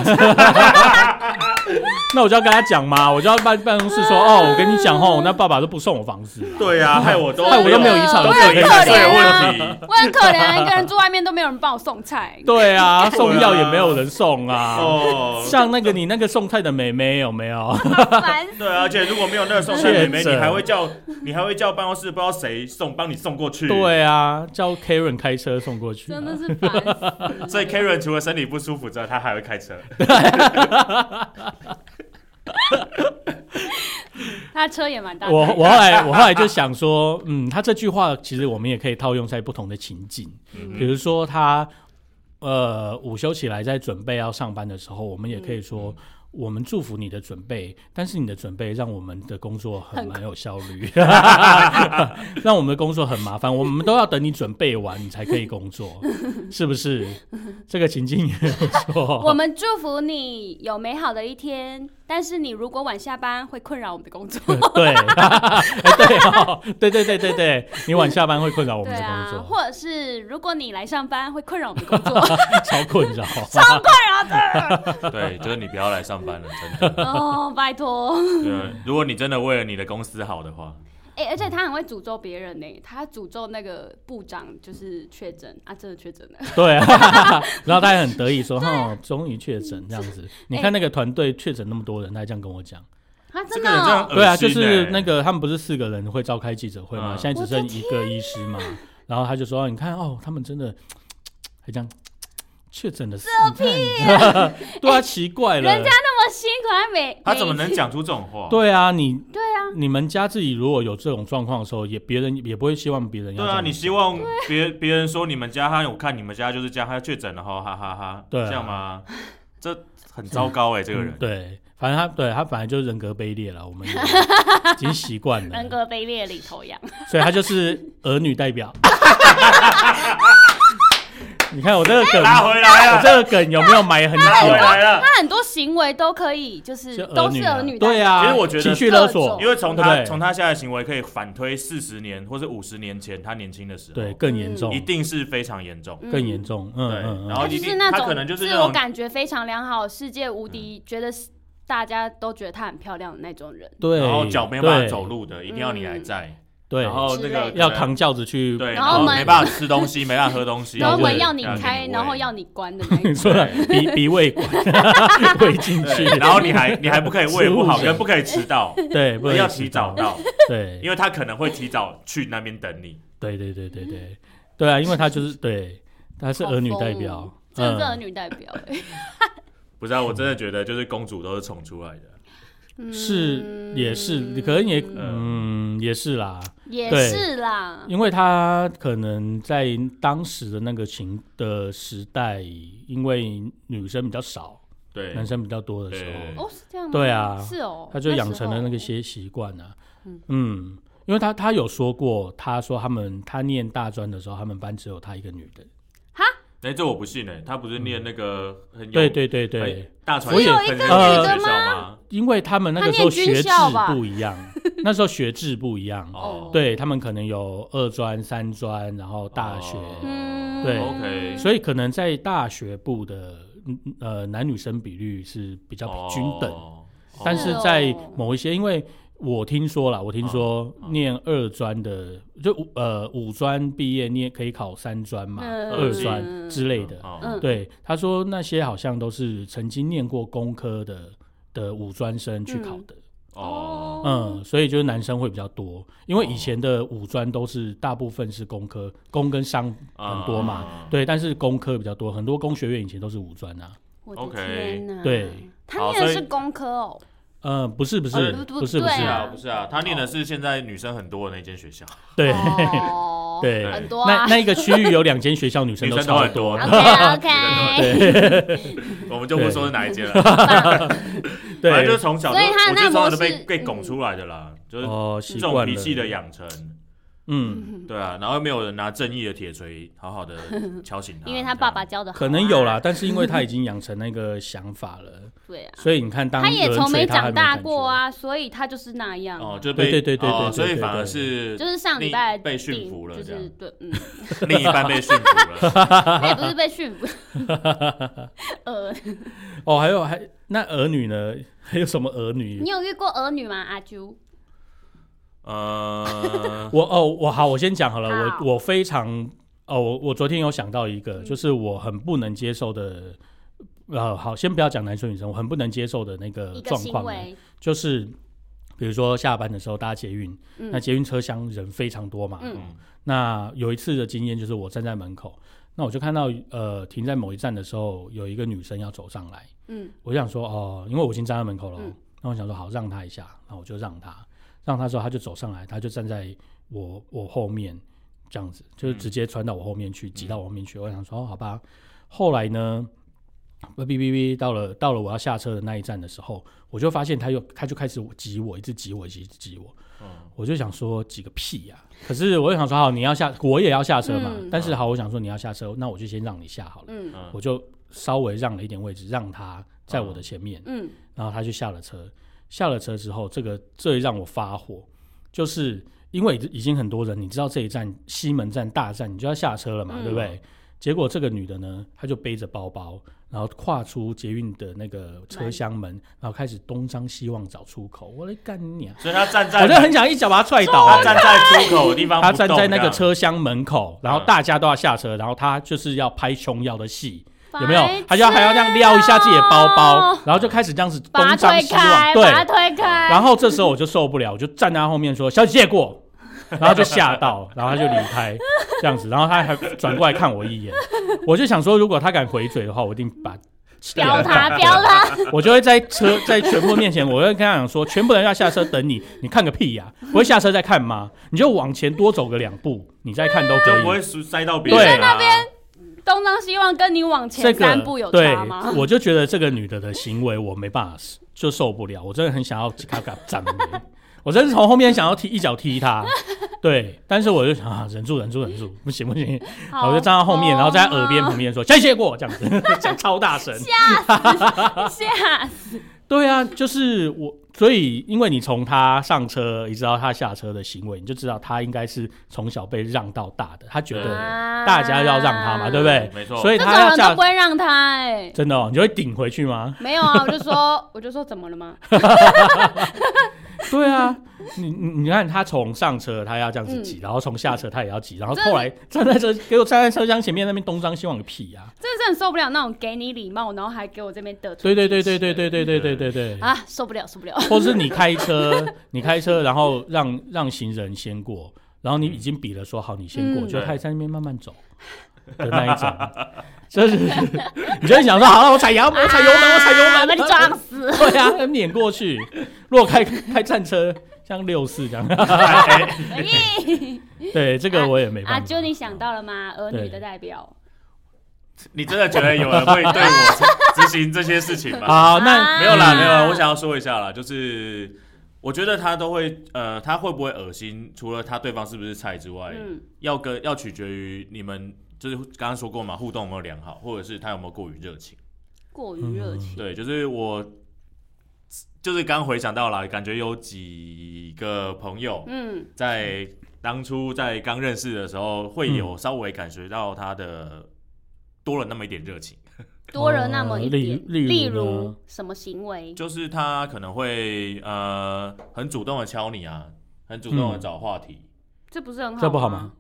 那我就要跟他讲嘛，我就要办办公室 说哦，我跟你讲哦，那爸爸都不送我房子啊。对啊，害我都 害我都没有遗产都我没也有很遗可产税怜啊 的问题。我很可怜啊，一个人住外面都没有人帮我送菜，对啊，送药也没有人送啊。 哦，像那个你那个送菜的妹妹有没有？烦死。对，啊而且如果没有那个送菜妹妹，你还会叫你还会叫办公室不知道谁送帮你送过去。， 对啊，叫 Karen 开车送过去啊。真的是烦死。所以 Karen 除了身体不舒服之外，她还会开车。他车也蛮大的，我我后来我后来就想说，嗯，他这句话其实我们也可以套用在不同的情境，嗯比如嗯说他呃午休起来在准备要上班的时候，我们也可以说、我们祝福你的准备，但是你的准备让我们的工作很很蛮有效率， 让我们的工作很麻烦，我们都要等你准备完你才可以工作，是不是？这个情境也不我错。们祝福你有美好的一天，但是你如果晚下班，会困扰我们的工作。 对，哎对哦，对对对对对，你晚下班会困扰我对们的工啊，作，或者是如果你来上班，会困扰我们的工 作。超困扰。 哦 对，就是你不要来上班了，真 的。哦，拜托。对，啊如果你真的为了你的公司好的话，哎、而且他很会诅咒别人呢、他诅咒那个部长就是确诊啊，真的确诊了。对 啊，然后他也很得意说：“啊哈，终于确诊这样子。”你看那个团队确诊那么多人，他还这样跟我讲。他这真个的人真的哦、很对啊，恶就心是欸那个他们不是四个人会召开记者会吗？嗯现在只我的剩一个医师嘛，然后他就说：“你看哦，他们真的还这样确诊了四，你看， 对啊，奇怪了人家，那么辛苦，他每他怎么每能讲出这种话？对啊，你对啊，你们家自己如果有这种状况的时候，也别人也不会希望别人要对这啊，样你希望别别人说你们家他，我看你们家就是这样，他确诊了哈，哈哈哈，对啊这样吗？这很糟糕哎、这个人嗯。对，反正他对他本来就是人格卑劣了，我 们也已经习惯了，人格卑劣领头羊。 所以他就是儿女代 表。你看我这个梗，拉回来嗯我了，这个梗有没有埋很拉回久？啊来了。他很多行为都可以，就是就都是啊儿女的。对啊，其实我觉得情绪勒各索种因为从对不他对从他现在的行为可以反推四十年或是五十年前他年轻的时候，对，更严重一，定是非常严重。嗯更严重，嗯嗯对嗯，然嗯后他一就是定那他种可能就是自那我种感觉非常良好、世界嗯无敌，觉得是大家都觉得他很漂亮的那种人。对，然后脚没有办法对走，路的，一定要你来载，对，然后那嗯之类个的要可能扛轿子去，对，然然后后门没办法吃东西，没办法喝东西，然后门对要你给开，喂然后要你关的那种。你说的鼻鼻胃 管 喂进去对，，然后你还你还不可以喂不好，食物跟不可以迟到，对， 不能要迟提早到，到，对因为他可能会提早去那边等你。对对对对对对啊，因为他就是对，他 是儿女代好表疯哦，真的嗯是儿女代表、欸，不知道，我真的觉得就是公主都是宠出来的， 嗯是也是，可能也嗯也是啦，也对是啦，因为他可能在当时的那个情的时代，因为女生比较少，对，男生比较多的时对候，哦，是这样吗？对啊是哦，他就养成了那个时候些习惯啊嗯。嗯，因为他他有说过，他说他们他念大专的时候，他们班只有他一个女的。哎，这我不信哎，他不是念那个很有哎对对对很对，大传我也很有名的呃学校吗？因为他们那个时候他念军学制校吧不一 样，那时候学制不一样。哦，对他们可能有二专、三专，然后大学，哦嗯，对 OK 所以可能在大学部的嗯呃男女生比率是比较均等，哦但是是哦在某一些，因为我听说啦，我听说哦嗯嗯念二专的，就五呃五专毕业你也可以考三专嘛，嗯二专嗯之类的。哦嗯对，他说那些好像都是曾经念过工科的的五专生去考的，哦，嗯嗯，所以就是男生会比较多，因为以前的五专都是大部分是工科，工跟商很多嘛，嗯，对，但是工科比较多，很多工学院以前都是五专啊。我的 OK 天哪，对，他好念的所是以工科哦，呃，不是不是啊不是不对是是，啊，不是啊，他念的是现在女生很多的那间学校， 对哦对很多那啊那一个区域有两间学校，女生女都生都超很多， ，OK 对 OK，我们就不说是哪一间了，对， 反正就是从小就，所以他我那就从小模式嗯就被被拱出来的啦，就是哦，习这惯种了脾气的，养成，嗯，对啊，然后又没有人拿正义的铁锤好好的敲醒他，因为他爸爸教啊的，可能有啦，，但是因为他已经养成那个想法了，对啊，所以你看当他也有人从捶没他长大没感过觉，啊，所以他就是那这样样啊哦，就被对对对对哦对对所以反对而对是就是上礼拜另被驯定服了就这样是对， 嗯，另一半被驯服了，他也不是被驯 服，呃，哦，还有还那儿女呢？ 还有什么儿女你？有遇过儿女吗？阿啾，呃，我哦，我好，我先讲好了，好嗯我我非常哦，我我昨天有想到一个，就是我很不能接受的，呃，好，先不要讲男生女生，我很不能接受的那个呃一个状行况呢，为，就是比如说下班的时候搭捷运，嗯那捷运车厢人非常多嘛，嗯嗯那有一次的经验就是我站在门口，那我就看到呃停在某一站的时候，有一个女生要走上来，嗯我就想说哦，因为我已经站在门口了嗯，那、我想说好让她一下，那我就让她，让她之后她就走上来，她就站在我我后面这嗯样子，就是直接穿到我后面去，挤到我后面去。我想说哦好吧，后来呢，哔哔哔到了到了我要下车的那一站的时候，我就发现他又他就开始挤我，一直挤我，一直挤我。嗯我就想说挤个屁呀、可是我就想说好，你要下我也要下车嘛。嗯但是好，我想说你要下车，那我就先让你下好了。嗯嗯我就稍微让了一点位置，让他在我的前面，嗯然后他就下了车。下了车之后，这个最让我发火，就是因为已经很多人，你知道这一站西门站大站，你就要下车了嘛，嗯对不对？结果这个女的呢，她就背着包包，然后跨出捷运的那个车厢门，然后开始东张西望找出口。我的干你啊！所以他站在我就很想一脚把她踹倒、啊他站在出口的地方，他站在那个，车厢门口，然后嗯大家都要下车，然后他就是要拍琼瑶的戏，嗯，有没有？他就要还要这样撩一下自己的包包，，然后就开始这样子把东它张推西望，开，把它对。推开，然后这时候我就受不了，我就站在他后面说：“小姐姐过。”然后就吓到，然后他就离开，这样子，然后他还转过来看我一眼，我就想说，如果他敢回嘴的话，我一定把 飙 对它，飙它，我就会在车在全部面前，我会跟他讲说，全部人要下车等你，你看个屁呀、不会下车再看吗？你就往前多走个两步，你再看都就不可以。会塞到别人、啊。对那边东张西望，跟你往这前个三步有对差吗？，我就觉得这个女的的行为我没办法就受不了，我真的很想要咔咔站你，我真是从后面想要踢一脚踢她。对，但是我就想啊，忍住，忍住，忍住，不行不行，然好后我就站到后面，然后在她耳边痛旁边说谢谢过这样子， 讲超大声。啊吓死！对啊，就是我，所以因为你从他上车一直到他下车的行为，你就知道他应该是从小被让到大的，他觉嗯得大家要让他嘛，对不对？没错，所以这种他要人都下不，会让他哎，真的、哦，你就会顶回去吗？没有啊，我就说，我就说怎么了吗？ 对啊，你你你看他从上车他要这样子挤，嗯然后从下车他也要挤，然后这后来站在车给我站在车厢前面那边东张西望个屁啊！真的是很受不了那种给你礼貌，然后还给我这边得罪对对对对对对对对对对对，啊，受不了，受不了。或是你开车，你开车，然后让让行人先过，然后你已经比了说好你先过，嗯就他还在那边慢慢走的那一 种，就是你就会想说好了，我踩油门，我踩油门，我踩油啊门， 把你 撞死！对啊，碾过去。如果开开战车，像六四这样， 对这个我也没哎啊，办法就。你想到了吗？儿女的对代表，你真的觉得有人会对我执行这些事情 吗？好，那啊没有啦，没有啦，我想要说一下啦，就是我觉得他都会，呃，他会不会恶心？除了他对方是不是菜之外，嗯要跟要取决于你们，就是刚刚说过嘛，互动有没有良好，或者是他有没有过于热情。过于热情，对，就是我，就是刚回想到了，感觉有几个朋友嗯在当初在刚认识的时候，会有稍微感觉到他的多了那么一点热情。多了那么一点哦，例例例如呢如什么行为？就是他可能会呃很主动的敲你啊，很主动的找话 题。这不是很好？这不好吗？？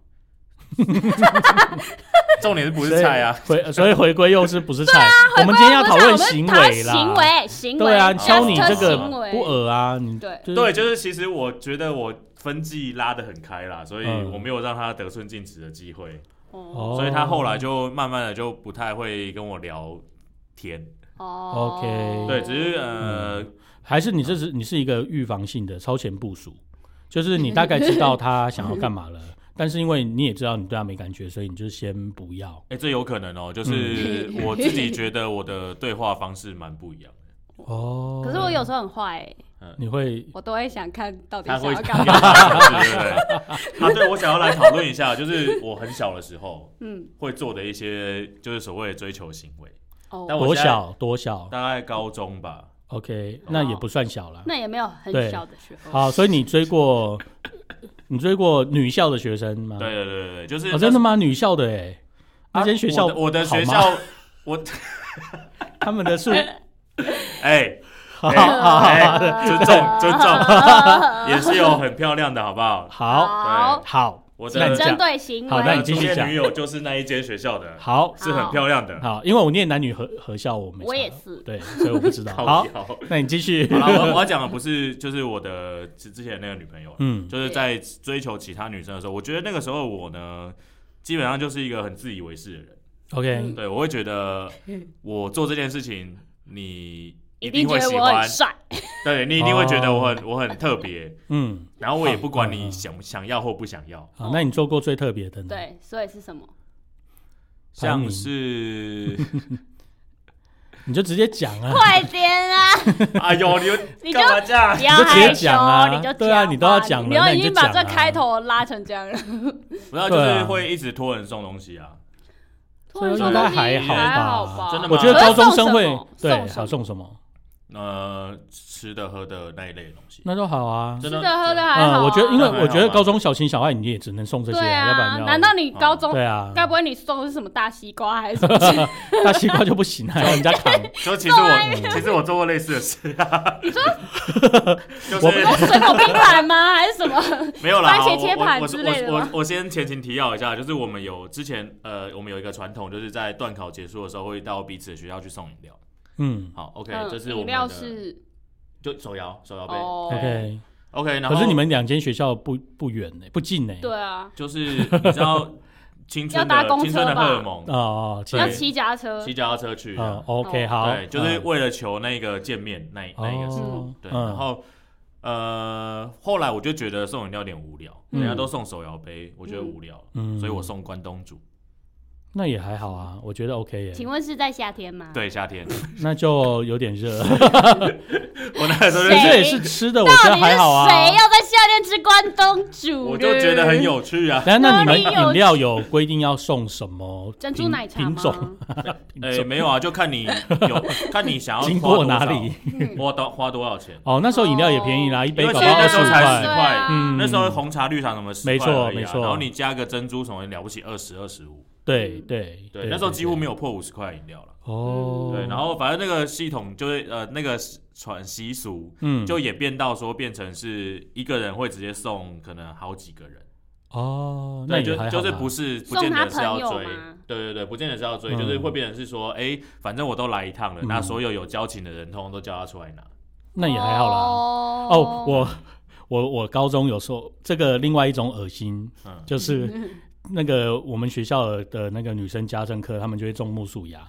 重点是不是菜啊？回所以回归又是不是啊菜？我们今天要讨论行为啦，行为，行为，对啊，行教你为这个 just 行为不恶啊，你对就是对，就是其实我觉得我分际拉得很开啦，所以嗯我没有让他得寸进尺的机会，哦哦所以他后来就慢慢的就不太会跟我聊天。哦 OK 对，只是呃，嗯还是你这是你是一个预防性的超前部署，就是你大概知道他想要干嘛 了，但是因为你也知道你对他没感觉，所以你就先不要。哎、这有可能哦、就是嗯 我自己觉得我的对话方式蛮不一样的。哦可是我有时候很坏欸，你会我都会想看到底他想会要干嘛。 对对对。啊，对，我想要来讨论一下，就是我很小的时候嗯，会做的一些，就是所谓的追求行为，但哦，我多现在小多小大概高中吧。 ？OK，那也不算小了。那也没有很对小的时候。 好，所以你追过你追过女校的学生吗？对对对对，就是、哦，真的吗？女校的哎，啊那间学校我的我的好学吗校，我 他们的 是哎，好哎好哎尊重尊重，也是有很漂亮的，好不好？好好，好，我那的你讲针对行为，好那你继续初恋讲女友就是那一间学校的，好是很漂亮的。好，因为我念男女合合校，我没我也查是对，所以我不知 道。靠好，腰好那你继续。了，我我要讲的不是就是我的之之前那个女朋友，啊嗯，就是在追求其他女生的时候，我觉得那个时候我呢，基本上就是一个很自以为是的人。 OK，对，我会觉 得我做这件事情，你一定定觉会得喜我欢很，帅。对你一定会觉得我很我很特别，嗯，然后我也不管嗯你哦嗯想想要或不想要，好，那你做过最特别的呢？，对，所以是什么？ 排名像是你就直接讲啊，快点 啊！哎呦， 你你就干嘛这样 不？你要就直接害羞，讲啊你就对啊讲你都要吧讲了你都那你已就经把这讲啊开头拉成这样了，不要，就对啊是会一直托人送东西啊。所以 突然应说该东西还好还好吧吧？真的吗我觉得可是高中生送会什么对送什好么送什么，呃，吃的喝的那一类的东西，那就好啊。真吃的喝的还好啊。嗯，我觉得因为那还我觉好得吧高中小情小爱，你也只能送这些，对要不啊然，要难道你高中对 啊？该不会你送的是什么大西瓜 还是什么？大西瓜就不行啊，人家 扛。 就其实我 其实我做过类似的事啊。我你说，就是水果冰盘吗？还是什么？没有啦，番茄我切盘之类的我我我吗我我先前情提要一下，就是我们有之前呃，我们有一个传统，就是在段考结束的时候会到彼此的学校去送饮料。嗯好，OK，嗯这是我饮们料的，是就手摇手摇杯。哦，OK。 OK，然后可是你们两间学校不不远呢，不近呢。对啊，就是你知 道青春要搭的公车青春的荷吧尔蒙，哦，其要哦实骑夹车骑。脚踏车去。嗯，OK，好，对，就是嗯为了求那个见面那一那一个事。哦对，嗯然后呃，后来我就觉得送饮料有点无聊，嗯人家都送手摇杯，我觉得无聊，嗯所以我送关东煮。那也还好啊，我觉得 OK 耶。请问是在夏天吗？，对，夏天那就有点 热，我那个时候就这谁是也是吃的，我觉到得底是还好啊。谁要在夏天吃关东煮？我就觉得很。有趣啊。然后那你们哪里有饮料有规定要送什么珍珠品奶茶吗品种？品哎，种没有啊，就看你 有看你想要经花过多哪少里，？嗯花多花多少钱。哦，那时候饮料也便宜啦，一杯因为搞其不实好二那十时候五才对啊十块。块嗯那时候红茶、绿茶什么十没错块而已啊没错然后你加个珍珠什么了不起，二十、二十五。嗯对对对，那时候几乎没有。有破五十块饮料了。哦，对，然后反正那个系统就是呃那个传习俗嗯，就演变到说变成是一个人会直接送可能好几个人，哦，那对，也就还好就是啦不是不见得是要送他朋追友吗，对对对，不见得是要追，嗯就是会变成是说，哎，反正我都来一趟了，嗯那所有有交情的人通通都叫他出来拿，那也还好啦。哦，我我我高中有说这个另外一种恶心，嗯，就是那个我们学校的那个女生家政课，他们就会种木薯芽，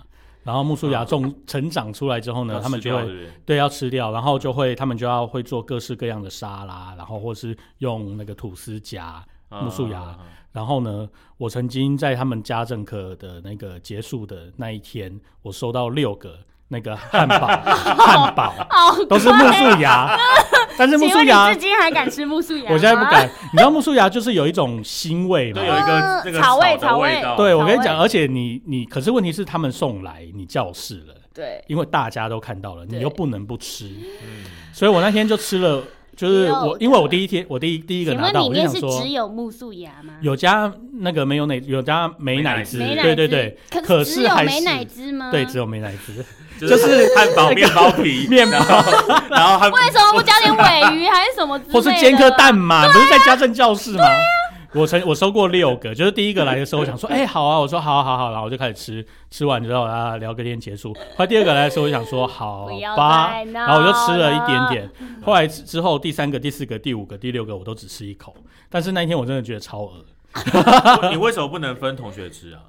然后木薯芽种成长出来之后呢，要他们就吃掉会对不对对要吃掉，然后就会他们就要会做各式各样的沙拉，然后或是用那个吐司夹，嗯木薯芽嗯嗯然后呢，我曾经在他们家政课的那个结束的那一天，我收到六个那个汉堡，汉堡哦，都是木 薯芽，但是木请薯问你芽至今还敢吃木素芽？我现在不。敢。你知道木薯芽就是有一种腥味嗯嘛对，？有一个呃那个草味的草味味道，对，草我跟你哦味讲，而且你你可是问题是他们送来你教室了，对，因为大家都看到了，你对又不能不吃，嗯所以我那天就吃了，就是我六个因为我第一天我第一第一个请拿问到，里我就面想是说只有木素芽吗？有加那个没有奶，有加美奶汁，美奶对汁对对，，可可是只有还美是奶汁吗？对，只有美奶 汁，就是汉堡面包皮面包然后然后汉 为什么不加点 尾鱼还是什么之类的？或是煎颗蛋嘛，啊不是在家政教室吗？我曾我收过六个，就是第一个来的时候，我想说，哎、好啊，我说好啊好啊好啊，然后我就开始吃，吃完之后啊，聊个天结束。后来第二个来的时候，我想说，好不要吧，再闹然后我就吃了一点点。后来之之后，第三个、第四个、第五个、第六个，我都只吃一口。但是那一天我真的觉得超饿。你为什么不能分同学吃啊？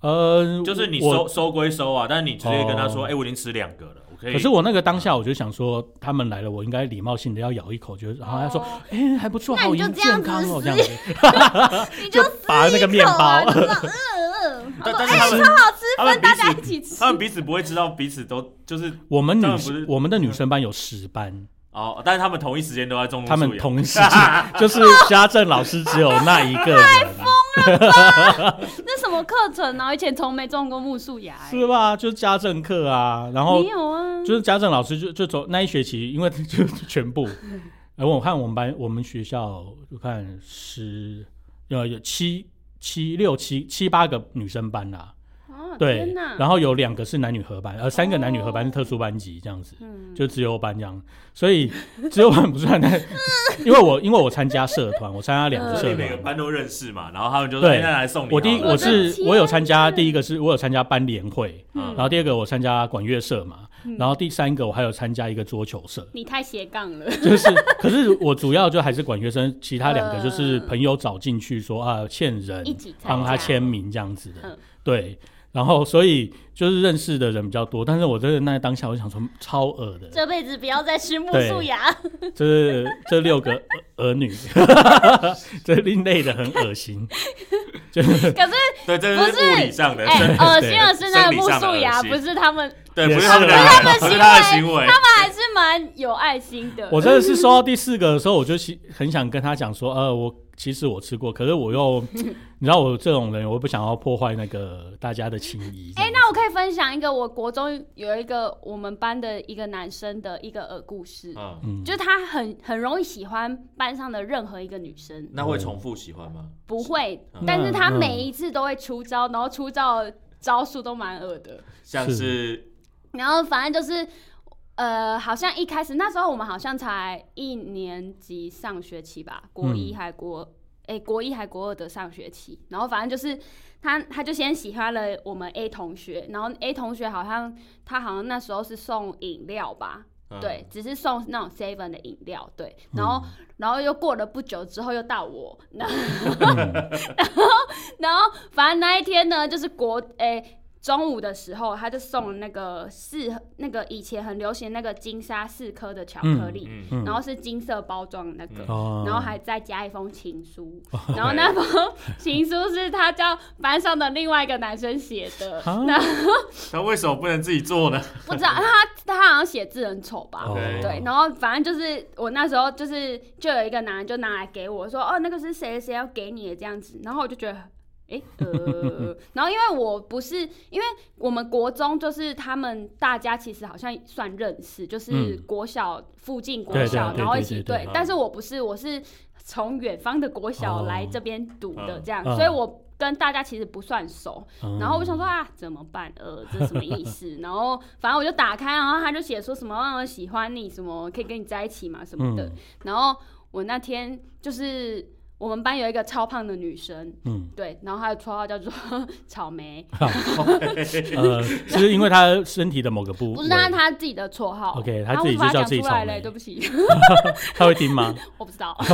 呃，就是你我收收归收啊，但是你直接跟他说，哦哎、我已经吃两个了，我可以。可是我那个当下，我就想说，他们来了，我应该礼貌性的要咬一口，觉得，然后他说，哦哎、还不错，那好你就营这健样康哦，这子样子，你就就把那个面包，吃一口啊就这 样嗯嗯嗯但他但是说他们、他们彼大家一此起吃他。们彼此不会知道彼此都就是我们当女然不是生我们的女生班有十班，哦，但是他们同一时间都在种他们树芽同 时 就是家政老师只有那一个 人，那什么课程啊？以前从没种过木树芽，是吧？就是家政课啊，然后没有啊？就是家政老师就就走那一学期，因为就全 部。然后我看我们班我们学校就看十呃有七七六七七八个女生班啦、啊对天，哪然后有两个是男女合班，呃，三个男女合班哦是特殊班级这样子。嗯就自由班这样，所以自由班不算那， 因为我因为我参加社团，我参加两个呃就是社哦你每个团。班都认识嘛，然后他们就说，对哎那来送你好了。我第一我我是的我有天参加哪第一个是我有参加班联会，嗯然后第二个我参加管乐社嘛，嗯然后第三个我还有参加一个桌球社，你太斜杠了，就是可是我主要就还是管乐生，其他两个就是嗯朋友找进去说啊欠人一起参加帮他签名这样子的嗯，对，然后所以就是认识的人比较多，但是我真的那当下我就想说超恶的， 这辈子不要再吃木对树芽。这这六个儿儿女， 这另类的很恶心， 就是可是对，这是不是物理上的，哎真，的恶对心的是那个生理木上的树芽，恶心不是他们对，也不是是他们的啦人不是他们不是他的行行为，还是蛮有爱心的。我真的是收到第四个的时候，我就其很想跟他讲说，呃，我其实我吃过，可是我 又，你知道我这种人，我不想要破坏那个大家的情谊。哎、那我可以分享一个，我国中有一个我们班的一个男生的一个呃故事，嗯，嗯就是他很很容易喜欢班上的任何一个女生，那会重复喜欢吗？不会嗯，但是他嗯每一次都会出招，然后出招的招数都蛮恶的，像是然后反正就是。呃，好像一开始那时候我们好像才一年级上学期吧，国一嗯还国哎、国一还国二的上学期，然后反正就是他他就先喜欢了我们 A 同学，然后 A 同学好像他好像那时候是送饮料吧，嗯对，只是送那种 seven 的饮料，对，然后、然后又过了不久之后又到我， 然后 然后反正那一天呢，就是国诶、中午的时候，他就送了那个四那个以前很流行那个金沙四颗的巧克力，嗯，嗯然后是金色包装的那个。嗯哦哦然后还再加一封情书，然后那封情书是他叫班上的另外一个男生写的，啊那那为什么不能自己做 呢？不知道他他好像写字很丑吧，哦对，然后反正就是我那时候就是就有一个男人就拿来给我说，哦，那个是谁谁要给你的这样子，然后我就觉得，诶，呃，然后因为我不是因为我们国中就是他们大家其实好像算认识，就是嗯国小附近国对对小，对然后对一对起对嗯但是我不是，我是从远方的国小哦来这边读的嗯这样，嗯所以我跟大家其实不算熟，嗯然后我想说啊，怎么办？呃，这什么意 思？然后反正我就打开，然后他就写说什么、啊喜欢你，什么可以跟你在一起嘛，什么的。嗯然后我那天就是我们班有一个超胖的女生，嗯，对，然后她的绰号叫做草莓，呃，是因为他身体的某个部位，不是啊她她自己的绰号。 OK，她然后自己我把就叫它自己讲出来草莓了，对不起， 他会听吗？ 我不知道。不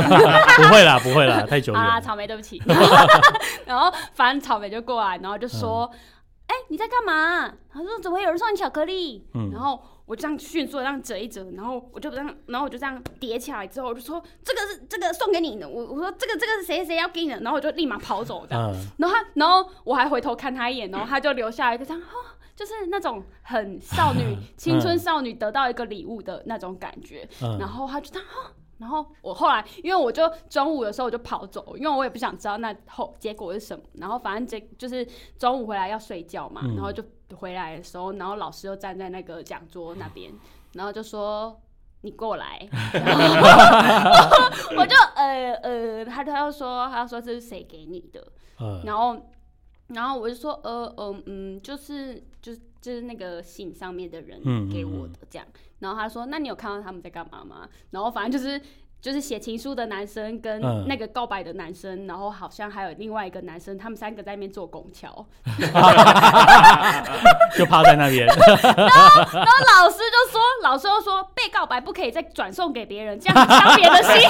会啦，不会啦，太久远啊，了。草莓，对不起。 然后反正草莓就过来，然后就说：“嗯哎、你在干嘛？”他说：“怎么会有人送你巧克力？”嗯然后我就这样迅速的这样折一折，然后我就这样，然后我就这样叠起来之后，我就说：“这个是这个送给你的。”我我说：“这个这个是谁谁要给你的？”然后我就立马跑走的。嗯，然后他，然后我还回头看他一眼，然后他就留下一个这样。哦就是那种很少女、青春少女得到一个礼物的那种感觉，嗯然后他就这样，啊然后我后来因为我就中午的时候我就跑走，因为我也不想知道那后结果是什么。然后反正结就是中午回来要睡觉嘛，嗯然后就回来的时候，然后老师又站在那个讲桌那边，然后就说。你过来， 然后我就呃呃，他他就说，他就说这是谁给你的？呃，然后，然后我就说，呃，嗯、嗯，就是就是就是那个信上面的人嗯给嗯我嗯的这样。然后他说，那你有看到他们在干嘛吗？然后反正就是就是写情书的男生跟嗯那个告白的男生，然后好像还有另外一个男生，他们三个在那边坐拱 桥。就趴在那边， 然后老师就说，老师就说，被告白不可以再转送给别人，这样伤别人的心。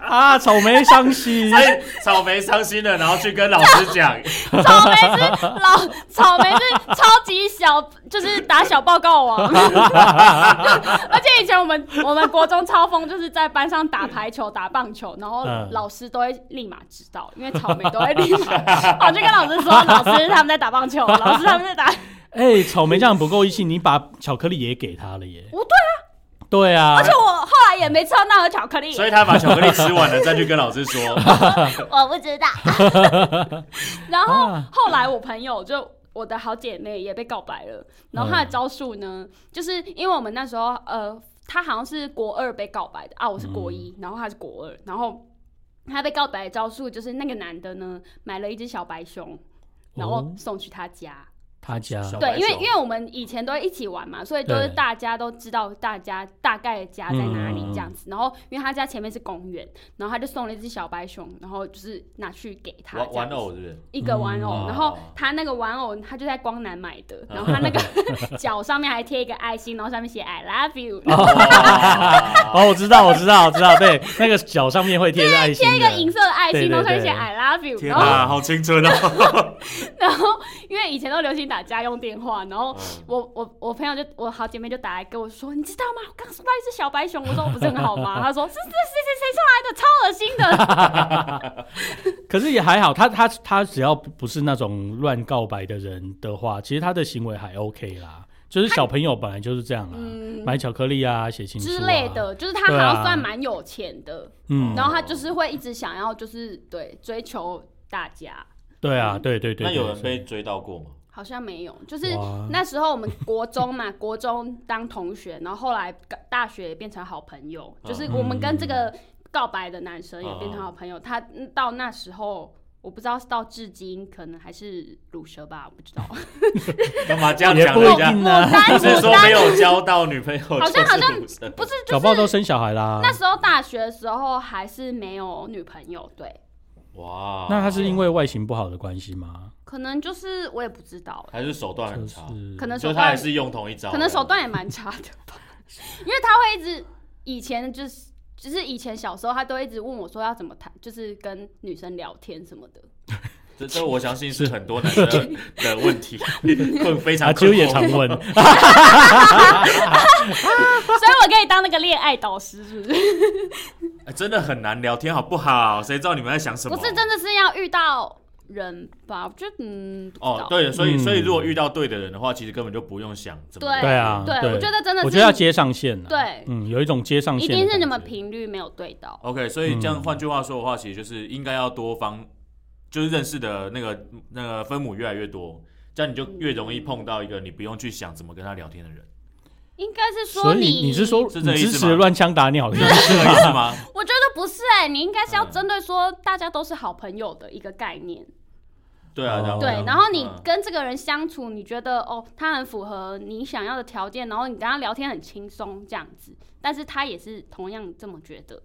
啊，草莓伤心所。以草莓伤心了，然后去跟老师 讲，草莓是老草莓是超级小，就是打小报告王。 而且以前我们我们国中超疯，就是在班上打排球、打棒球，然后嗯老师都会立马知道，因为草莓都会立马跑去跟老师说，老师他们在打棒球，老师他们在打。 哎、草莓这样不够义气，你把巧克力也给他了耶。不对啊，对啊，而且我后来也没吃到那盒巧克力，所以他把巧克力吃完了，再去跟老师说。我不知道。 然后啊后来我朋友就我的好姐妹也被告白了，然后她的招数呢，就是因为我们那时候呃，她好像是国二被告白的啊，我是国嗯一，然后她是国二，然后她被告白的招数就是那个男的呢买了一只小白熊，然后哦送去她家。他家小白 对，因为熊因为我们以前都会一起玩嘛，所以就是对大家都知道大家大概家在哪里嗯嗯嗯这样子。然后因为他家前面是公园，然后他就送了一只小白熊，然后就是拿去给他玩玩这样子偶是不 是？一个玩偶，嗯然后他那个玩偶他就在光南买的，然后他那个脚上面还贴一个爱心，然后上面写 I love you，然后哇哦，我知道，我知道，我知道，对，那个脚上面会贴着爱心贴一的个银色的爱对心，对然后上面对写 I love you，天然后哪，好青春哦！然后因为以前都流行打家用电话，然后嗯我我我朋友就我好姐妹就打来跟我说，你知道吗？我刚收到一只小白熊，我说不是很好吗？她说是是谁谁谁送来的，超恶心的。可是也还好，他他他只要不是那种乱告白的人的话，其实他的行为还 OK 啦。就是小朋友本来就是这样啦，嗯买巧克力啊，写情书、啊、之类。的，就是他对好啊像算蛮有钱的，嗯，然后他就是会一直想要就是对追求大家，对啊，对对对那对有人对被追到过吗？好像没有，就是哇那时候我们国中嘛， 国中当同学，然后后来大学也变成好朋友，嗯就是我们跟这个告白的男生也变成好朋友。他嗯到那时候，我不知道是到至今可能还是乳蛇吧，我不知道。干嘛这样也讲不人一家？定啊， 不 但是说没有交到女朋友，好像好像就是不是小就报都是生小孩啦。那时候大学的时候还是没有女朋友，对，哇，那他是因为外形不好的关系吗？可能就是我也不知道，还是手段就很是差，可能嗯就手他也段是用同一招，可能手段也蛮差的吧， 因为他会一直以前就是。就是以前小时候，他都会一直问我说要怎么谈，就是跟女生聊天什 么的。这这我相信是很多男 生的问题，困非常阿困啾惑啊也常问，所以我可以当那个恋爱导师，是不是？哎真的很难聊天，好不好？谁知道你们在想什么？不是，真的是要遇到人吧？我觉得嗯，不知哦道，对，所以嗯所以如果遇到对的人的话，其实根本就不用想怎么聊。对啊，对我觉得真的是我觉得要接上线啊对嗯，有一种接上一线的感觉，定是你们频率没有对到。 OK，所以这样换句话说的话，其实就是应该要多方，就是认识的那个那个分母越来越多，这样你就越容易碰到一个你不用去想怎么跟他聊天的人，应该是说所以你你是说是你这个意支思持吗乱枪打鸟的意思？是这个意思吗？我觉得不是哎、你应该是要针对说大家都是好朋友的一个概念。 对啊，哦然后对呢，然后你嗯跟这个人相处，你觉得哦，他很符合你想要的条件，然后你跟他聊天很轻松这样子，但是他也是同样这么觉得，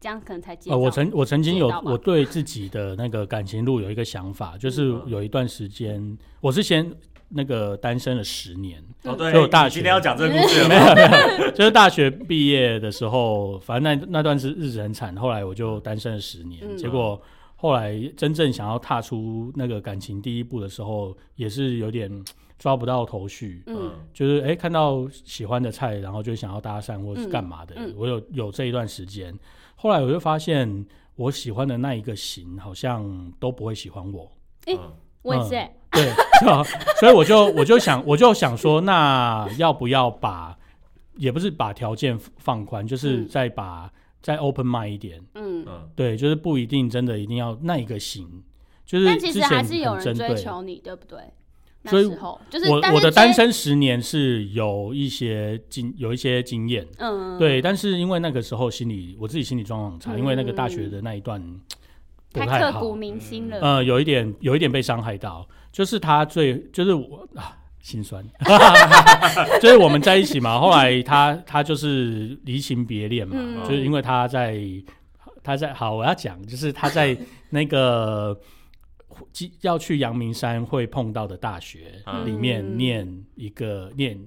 这样可能才接呃，我到曾我曾经有知道吧我对自己的那个感情路有一个想法，就是嗯有一段时间我是先那个单身了十年，哦，所以我对，大你学今天要讲这个故事了没吗，有没有，就是大学毕业的时候，反正那那段是日子很惨，后来我就单身了十年，嗯结果后来真正想要踏出那个感情第一步的时候，也是有点嗯抓不到头绪，嗯，就是哎、诶看到喜欢的菜，然后就想要搭讪或是干嘛的。嗯嗯我有有这一段时间，后来我就发现我喜欢的那一个型好像都不会喜欢我，诶嗯我也是、欸，对，是吧？所以我就我就想我就想说，那要不要把也不是把条件放宽，就是嗯再把、再 open mind 一点，嗯，嗯，对，就是不一定真的一定要那一个型，就是但其之实前还是有很针人追对求你，对不对？那所以时候就是我但是我的追单，身十年是有一些经有一些经验，嗯，对，但是因为那个时候心理我自己心理状况很差，因为那个大学的那一段不嗯太太刻好，骨铭心了。呃，有一点有一点被伤害到，就是他最就是我啊心 酸，就是我们在一起嘛，后来他他就是离情别恋嘛，嗯就是因为他在他在好我要讲就是他在那个要去阳明山会碰到的大学嗯里面嗯念一个念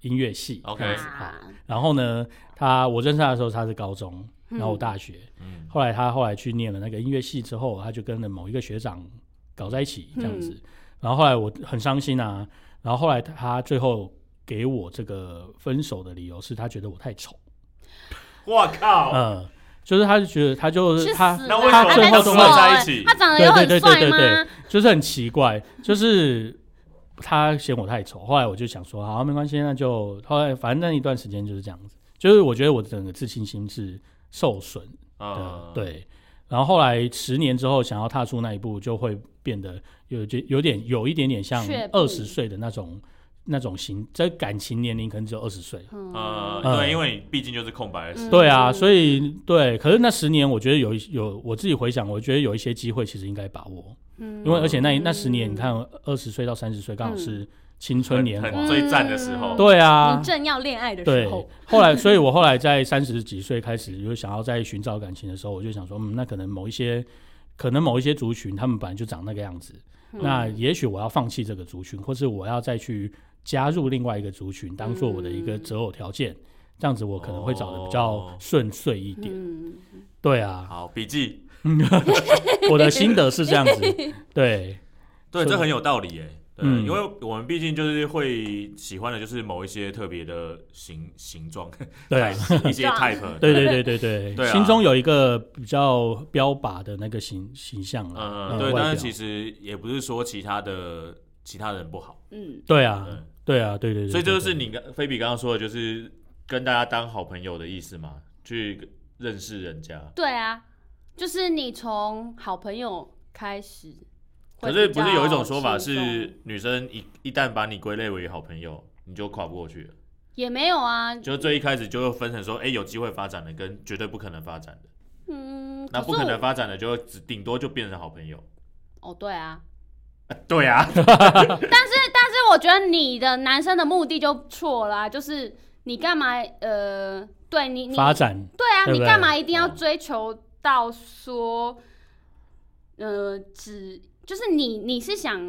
音乐系 OK 嗯好。啊然后呢，他我认识他的时候他是高中，嗯然后我大学，嗯后来他后来去念了那个音乐系之后，他就跟了某一个学长搞在一起这样子。嗯然后后来我很伤心啊，然后后来他最后给我这个分手的理由是他觉得我太丑，我嗯、靠，就是他就觉得他就是哦去死他了！啊那为什么他们他在欸都会在一起他长得有很对对帅对对吗对？就是很奇怪，就是他嫌我太丑。后来我就想说，好，没关系，那就后来反正那一段时间就是这样子，就是我觉得我整个自信心是受损的，嗯，对。然后后来十年之后，想要踏出那一步，就会变得有就有点有一点点像却步二十岁的那种那种型，这感情年龄可能只有二十岁。呃，嗯对，因为你毕竟就是空白的时嗯对啊，所以对，可是那十年，我觉得有一有我自己回想，我觉得有一些机会其实应该把握。嗯因为而且那一那嗯十年，你看二十岁到三十岁，刚好是青春年很华，很最赞的时候，嗯对啊你，正要恋爱的对时候，。后来，所以我后来在三十几岁开始，就想要在寻找感情的时候，我就想说，嗯，那可能某一些，可能某一些族群，他们本来就长那个样子，嗯那也许我要放弃这个族群，或是我要再去加入另外一个族群，当做我的一个嗯择偶条件，这样子我可能会找的比较哦顺遂一点。嗯，对啊，好，笔记， 我的心得是这样子，对。对，是这很有道理耶。对，啊嗯因为我们毕竟就是会喜欢的就是某一些特别的形形状，对啊，一些 type，对对对对对，对啊心中有一个比较标靶的那个形形象了。呃，嗯对，外但表是其实也不是说其他的其他人不好，嗯，对对啊，对啊，对对对，所以这对就是对你跟菲比刚刚说的，就是跟大家当好朋友的意思嘛，去认识人家。对啊，就是你从好朋友开始。可是不是有一种说法是，女生一一旦把你归类为好朋友，你就跨不过去了，也没有啊，就最一开始就会分成说，哎、有机会发展的跟绝对不可能发展的，嗯，那可不是可我能发展的就只顶多就变成好朋友。哦，对啊，对啊，但是我觉得你的男生的目的就错啦、就是你干嘛呃，对你你发展，对啊，对不你对干嘛一定要嗯追求到说，呃，只就是你你是想，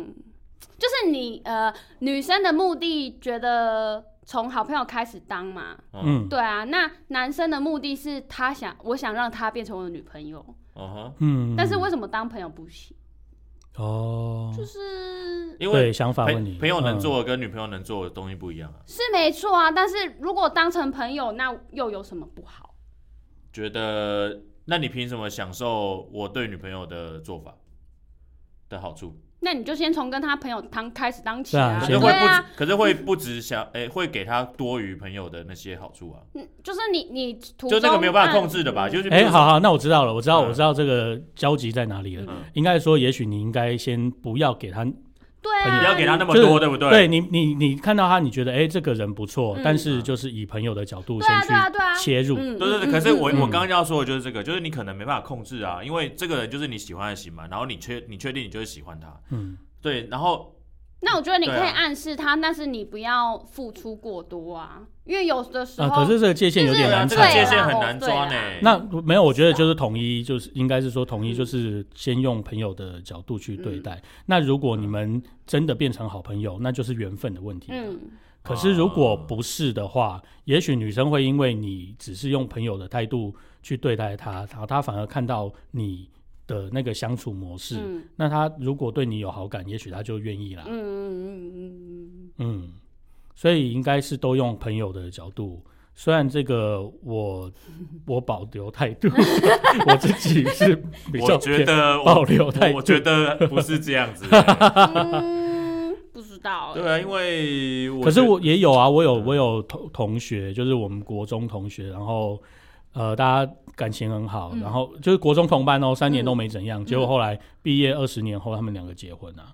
就是你呃，女生的目的觉得从好朋友开始当嘛，嗯嗯对啊，那男生的目的是他想我想让她变成我的女朋友，嗯哼，嗯，但是为什么当朋友不行？哦，就是因为对想法问朋你，朋友能嗯做的跟女朋友能做的东西不一样啊，是没错啊，但是如果当成朋友，那又有什么不好？觉得那你凭什么享受我对女朋友的做法的好处？那你就先从跟他朋友当开始当起对啊啊，可先是从会对不止，啊，可是会不止想，哎、会给他多余朋友的那些好处啊，嗯，就是你你途就中那个没有办法控制，制的吧？就是比如哎，说好，好，那我知道了，我知道，嗯我知道这个交集在哪里了。嗯应该说，也许你应该先不要给他，对朋啊，友不要给他那么就是多，对不对？对你，你你看到他，你觉得哎、这个人不错，嗯但是就是以朋友的角度对先啊去对啊对啊，切入，嗯对对对，嗯可是嗯我嗯我刚刚要说的就是这个，就是你可能没办法控制啊，因为这个人就是你喜欢的型嘛，然后你确你确定你就是喜欢他，嗯，对，然后那我觉得你可以对啊暗示他，但是你不要付出过多啊，因为有的时啊，候可是这个界限有点对啊，难这踩个啊。界对限啦很哦难对抓啦呢。那没有，我觉得就是是统一，就是应该是说统一，嗯就是先用朋友的角度去对待。那如果你们真的变成好朋友，那就是缘分的问题。嗯，可是如果哦不是的话，也许女生会因为你只是用朋友的态度去对待她，她她反而看到你的那个相处模式，嗯那她如果对你有好感，也许她就愿意啦嗯。嗯嗯嗯，所以应该是都用朋友的角度。虽然这个我 我保留态度， 我自己是比较我觉偏得保我留态我度。我觉得不是这样 子欸，嗯，嗯不知道欸，对啊，因为我可是觉我也有啊，我有嗯我有同同学，就是我们国中同学，然后呃大家感情很好，嗯然后就是国中同班哦，三年嗯都没怎样，嗯结果后来毕业二十年后，他们两个结婚啊。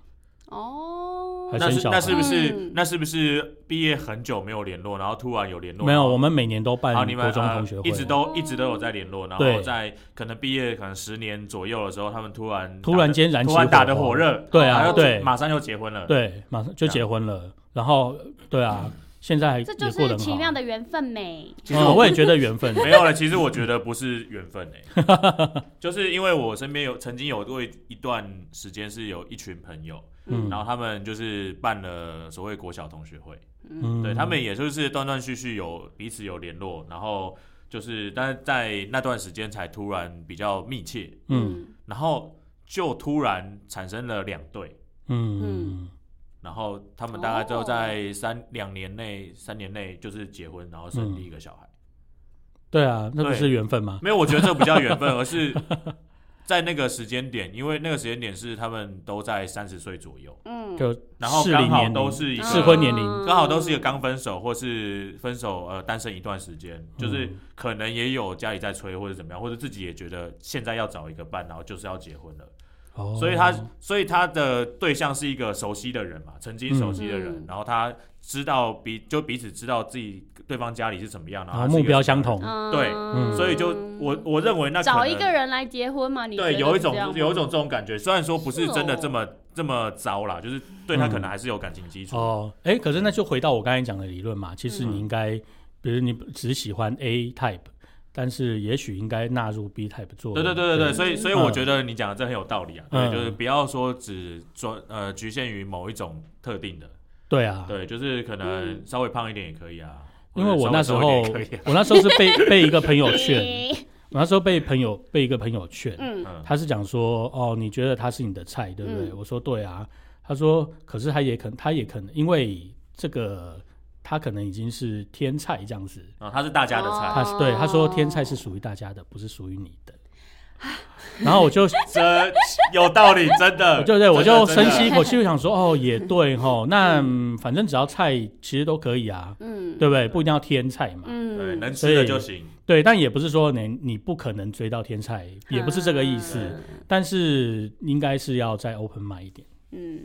哦，还那生是小那是不是、嗯那是不是毕业很久没有联络，然后突然有联络？没有，然后我们每年都办然后你们国中呃同学会一啊，直都一直都有在联络，然后对在可能毕业可能十年左右的时候，他们突然突然打得间燃起突然打得火花火热，对然啊，后对马上就结婚了。，对，马上就这结婚了，然后对啊，现在还也嗯这就过得是很奇好。啊妙的缘分美，其实嗯，我我也觉得缘分 没有了。其实我觉得不是缘分哎、 就是因为我身边有曾经有过一一段时间是有一群朋友，嗯然后他们就是办了所谓国小同学会。嗯对他们也就是断断续续有彼此有联络，然后就是但是在那段时间才突然比较密切，嗯然后就突然产生了两对，嗯然后他们大概就哦在三两、年内、三年内就是结婚，然后生第一个小孩。对啊，那不对是缘分吗？没有，我觉得这不叫缘分，而是在那个时间点，因为那个时间点是他们都在三十岁左右，嗯，就然后适刚龄好年都龄是一个适婚年龄嗯刚好都是一个刚分手或是分手呃单身一段时间，就是可能也有家里在催或者怎么样，或者自己也觉得现在要找一个伴，然后就是要结婚了，哦，所以他所以他的对象是一个熟悉的人嘛，曾经熟悉的人，嗯然后他知道彼就彼此知道自己对方家里是怎么样，然然后后他啊是一哦目个标什相么同，嗯对嗯人，所以就我我认为那可找能一个人来结婚嘛，你对觉得有一是种这样吗有一种这种感觉，虽然说不是是真的哦这么、这么糟啦，就是对他可嗯能还是有感情基础。哦，哎，可是那就回到我刚才讲的理论嘛，其实嗯你应该，比如你只喜欢 A type，但是也许应该纳入 B type 做。对对对对对，所以所以嗯我觉得你讲的这很有道理啊，嗯对，就是不要说只专呃局限于某一种特定的，对啊，对，就是可能嗯稍微胖一点也可以啊，因为我那时候或者稍微瘦一点也可以啊我那时候是被 被一个朋友劝，诶我那时候被朋友被一个朋友劝，嗯嗯他是讲说，哦，你觉得他是你的菜，对不对？嗯我说对啊。他说，可是他也可能，他也可能因为这个，他可能已经是天菜这样子。啊，他是大家的菜，他是对他哦说，天菜是属于大家的，不是属于你的。 然后我 就这有道理，真 的。对对，我就真深的真的吸一口气，就想说，哦，也对吼，那嗯反正只要菜其实都可以啊，嗯，对不对？不一定要天菜嘛。对，嗯，能吃的就行。对，但也不是说你你不可能追到天菜，也不是这个意思，嗯但是应该是要再 open mind 一点。嗯，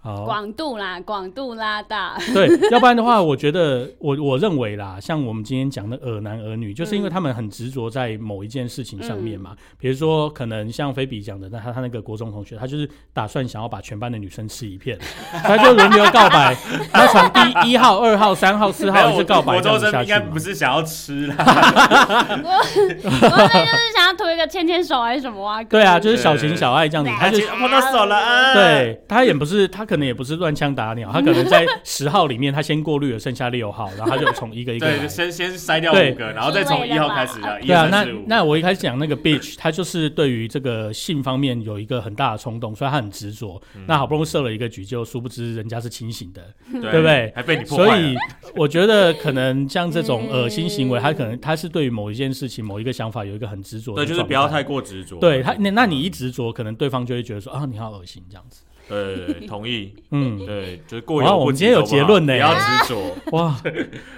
好，广度啦，广度 拉大， 对，要不然的话，我觉得我我认为啦，像我们今天讲的耳男耳女，就是因为他们很执着在某一件事情上面嘛。比如说，可能像菲比讲的，那他他那个国中同学，他就是打算想要把全班的女生吃一片， 他就轮流告白，他从第一号、二号、三号、四号一直告白我这样周子生下应去该嘛。不是想要吃啦，我我那就是想要推一个牵牵手还是什么啊？对啊，就是小情小爱这样子，他就其实碰到手了啊。，对他也不是，他可能也不是乱枪打鸟，他可能在十号里面，他先过滤了剩下六号，然后他就从一个一个对，来就。先 先筛掉对五个，然后再从一号开始的，一对啊二，那，E 三四五。那我一开始讲那个 bitch，他就是对于这个性方面有一个很大的冲动，所以他很执着。嗯那好不容易设了一个局，就殊不知人家是清醒的，对不对还被你破坏 所了。以我觉得可能像这种恶心行为，嗯他可能他是对于某一件事情、某一个想法有一个很执着的状对，态。就是不要太过执着。对他，那那你一执着，可能对方就会觉得说啊，你好恶心这样子。对对对，同意。嗯， 对，就是过哇犹我不们及今天有好不好结论呢不要 执着。哇，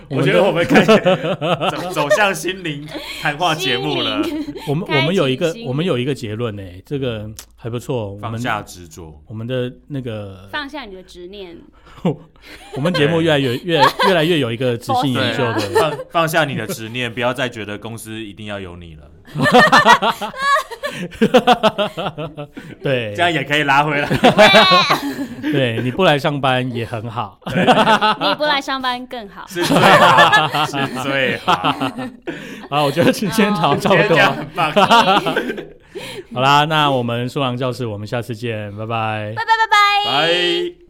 我觉都得我们开始 走走向心灵谈话节目了，我们开我们有一启个心我们有一个结论呢、这个还不错。我放们下执着。我们的那个，放下你的执 念，我们节目越来越越越来越有一个执行对啊研究的，放放下你的执念，不要再觉得公司一定要有你了， 对这样也可以拉回来。对，你不来上班也很 好。你不来上班 更好。是最好，是最好。啊，我觉得今天好像差今天不哦这样多，很棒。好啦，那我们书郎教室，我们下次见，拜拜。拜。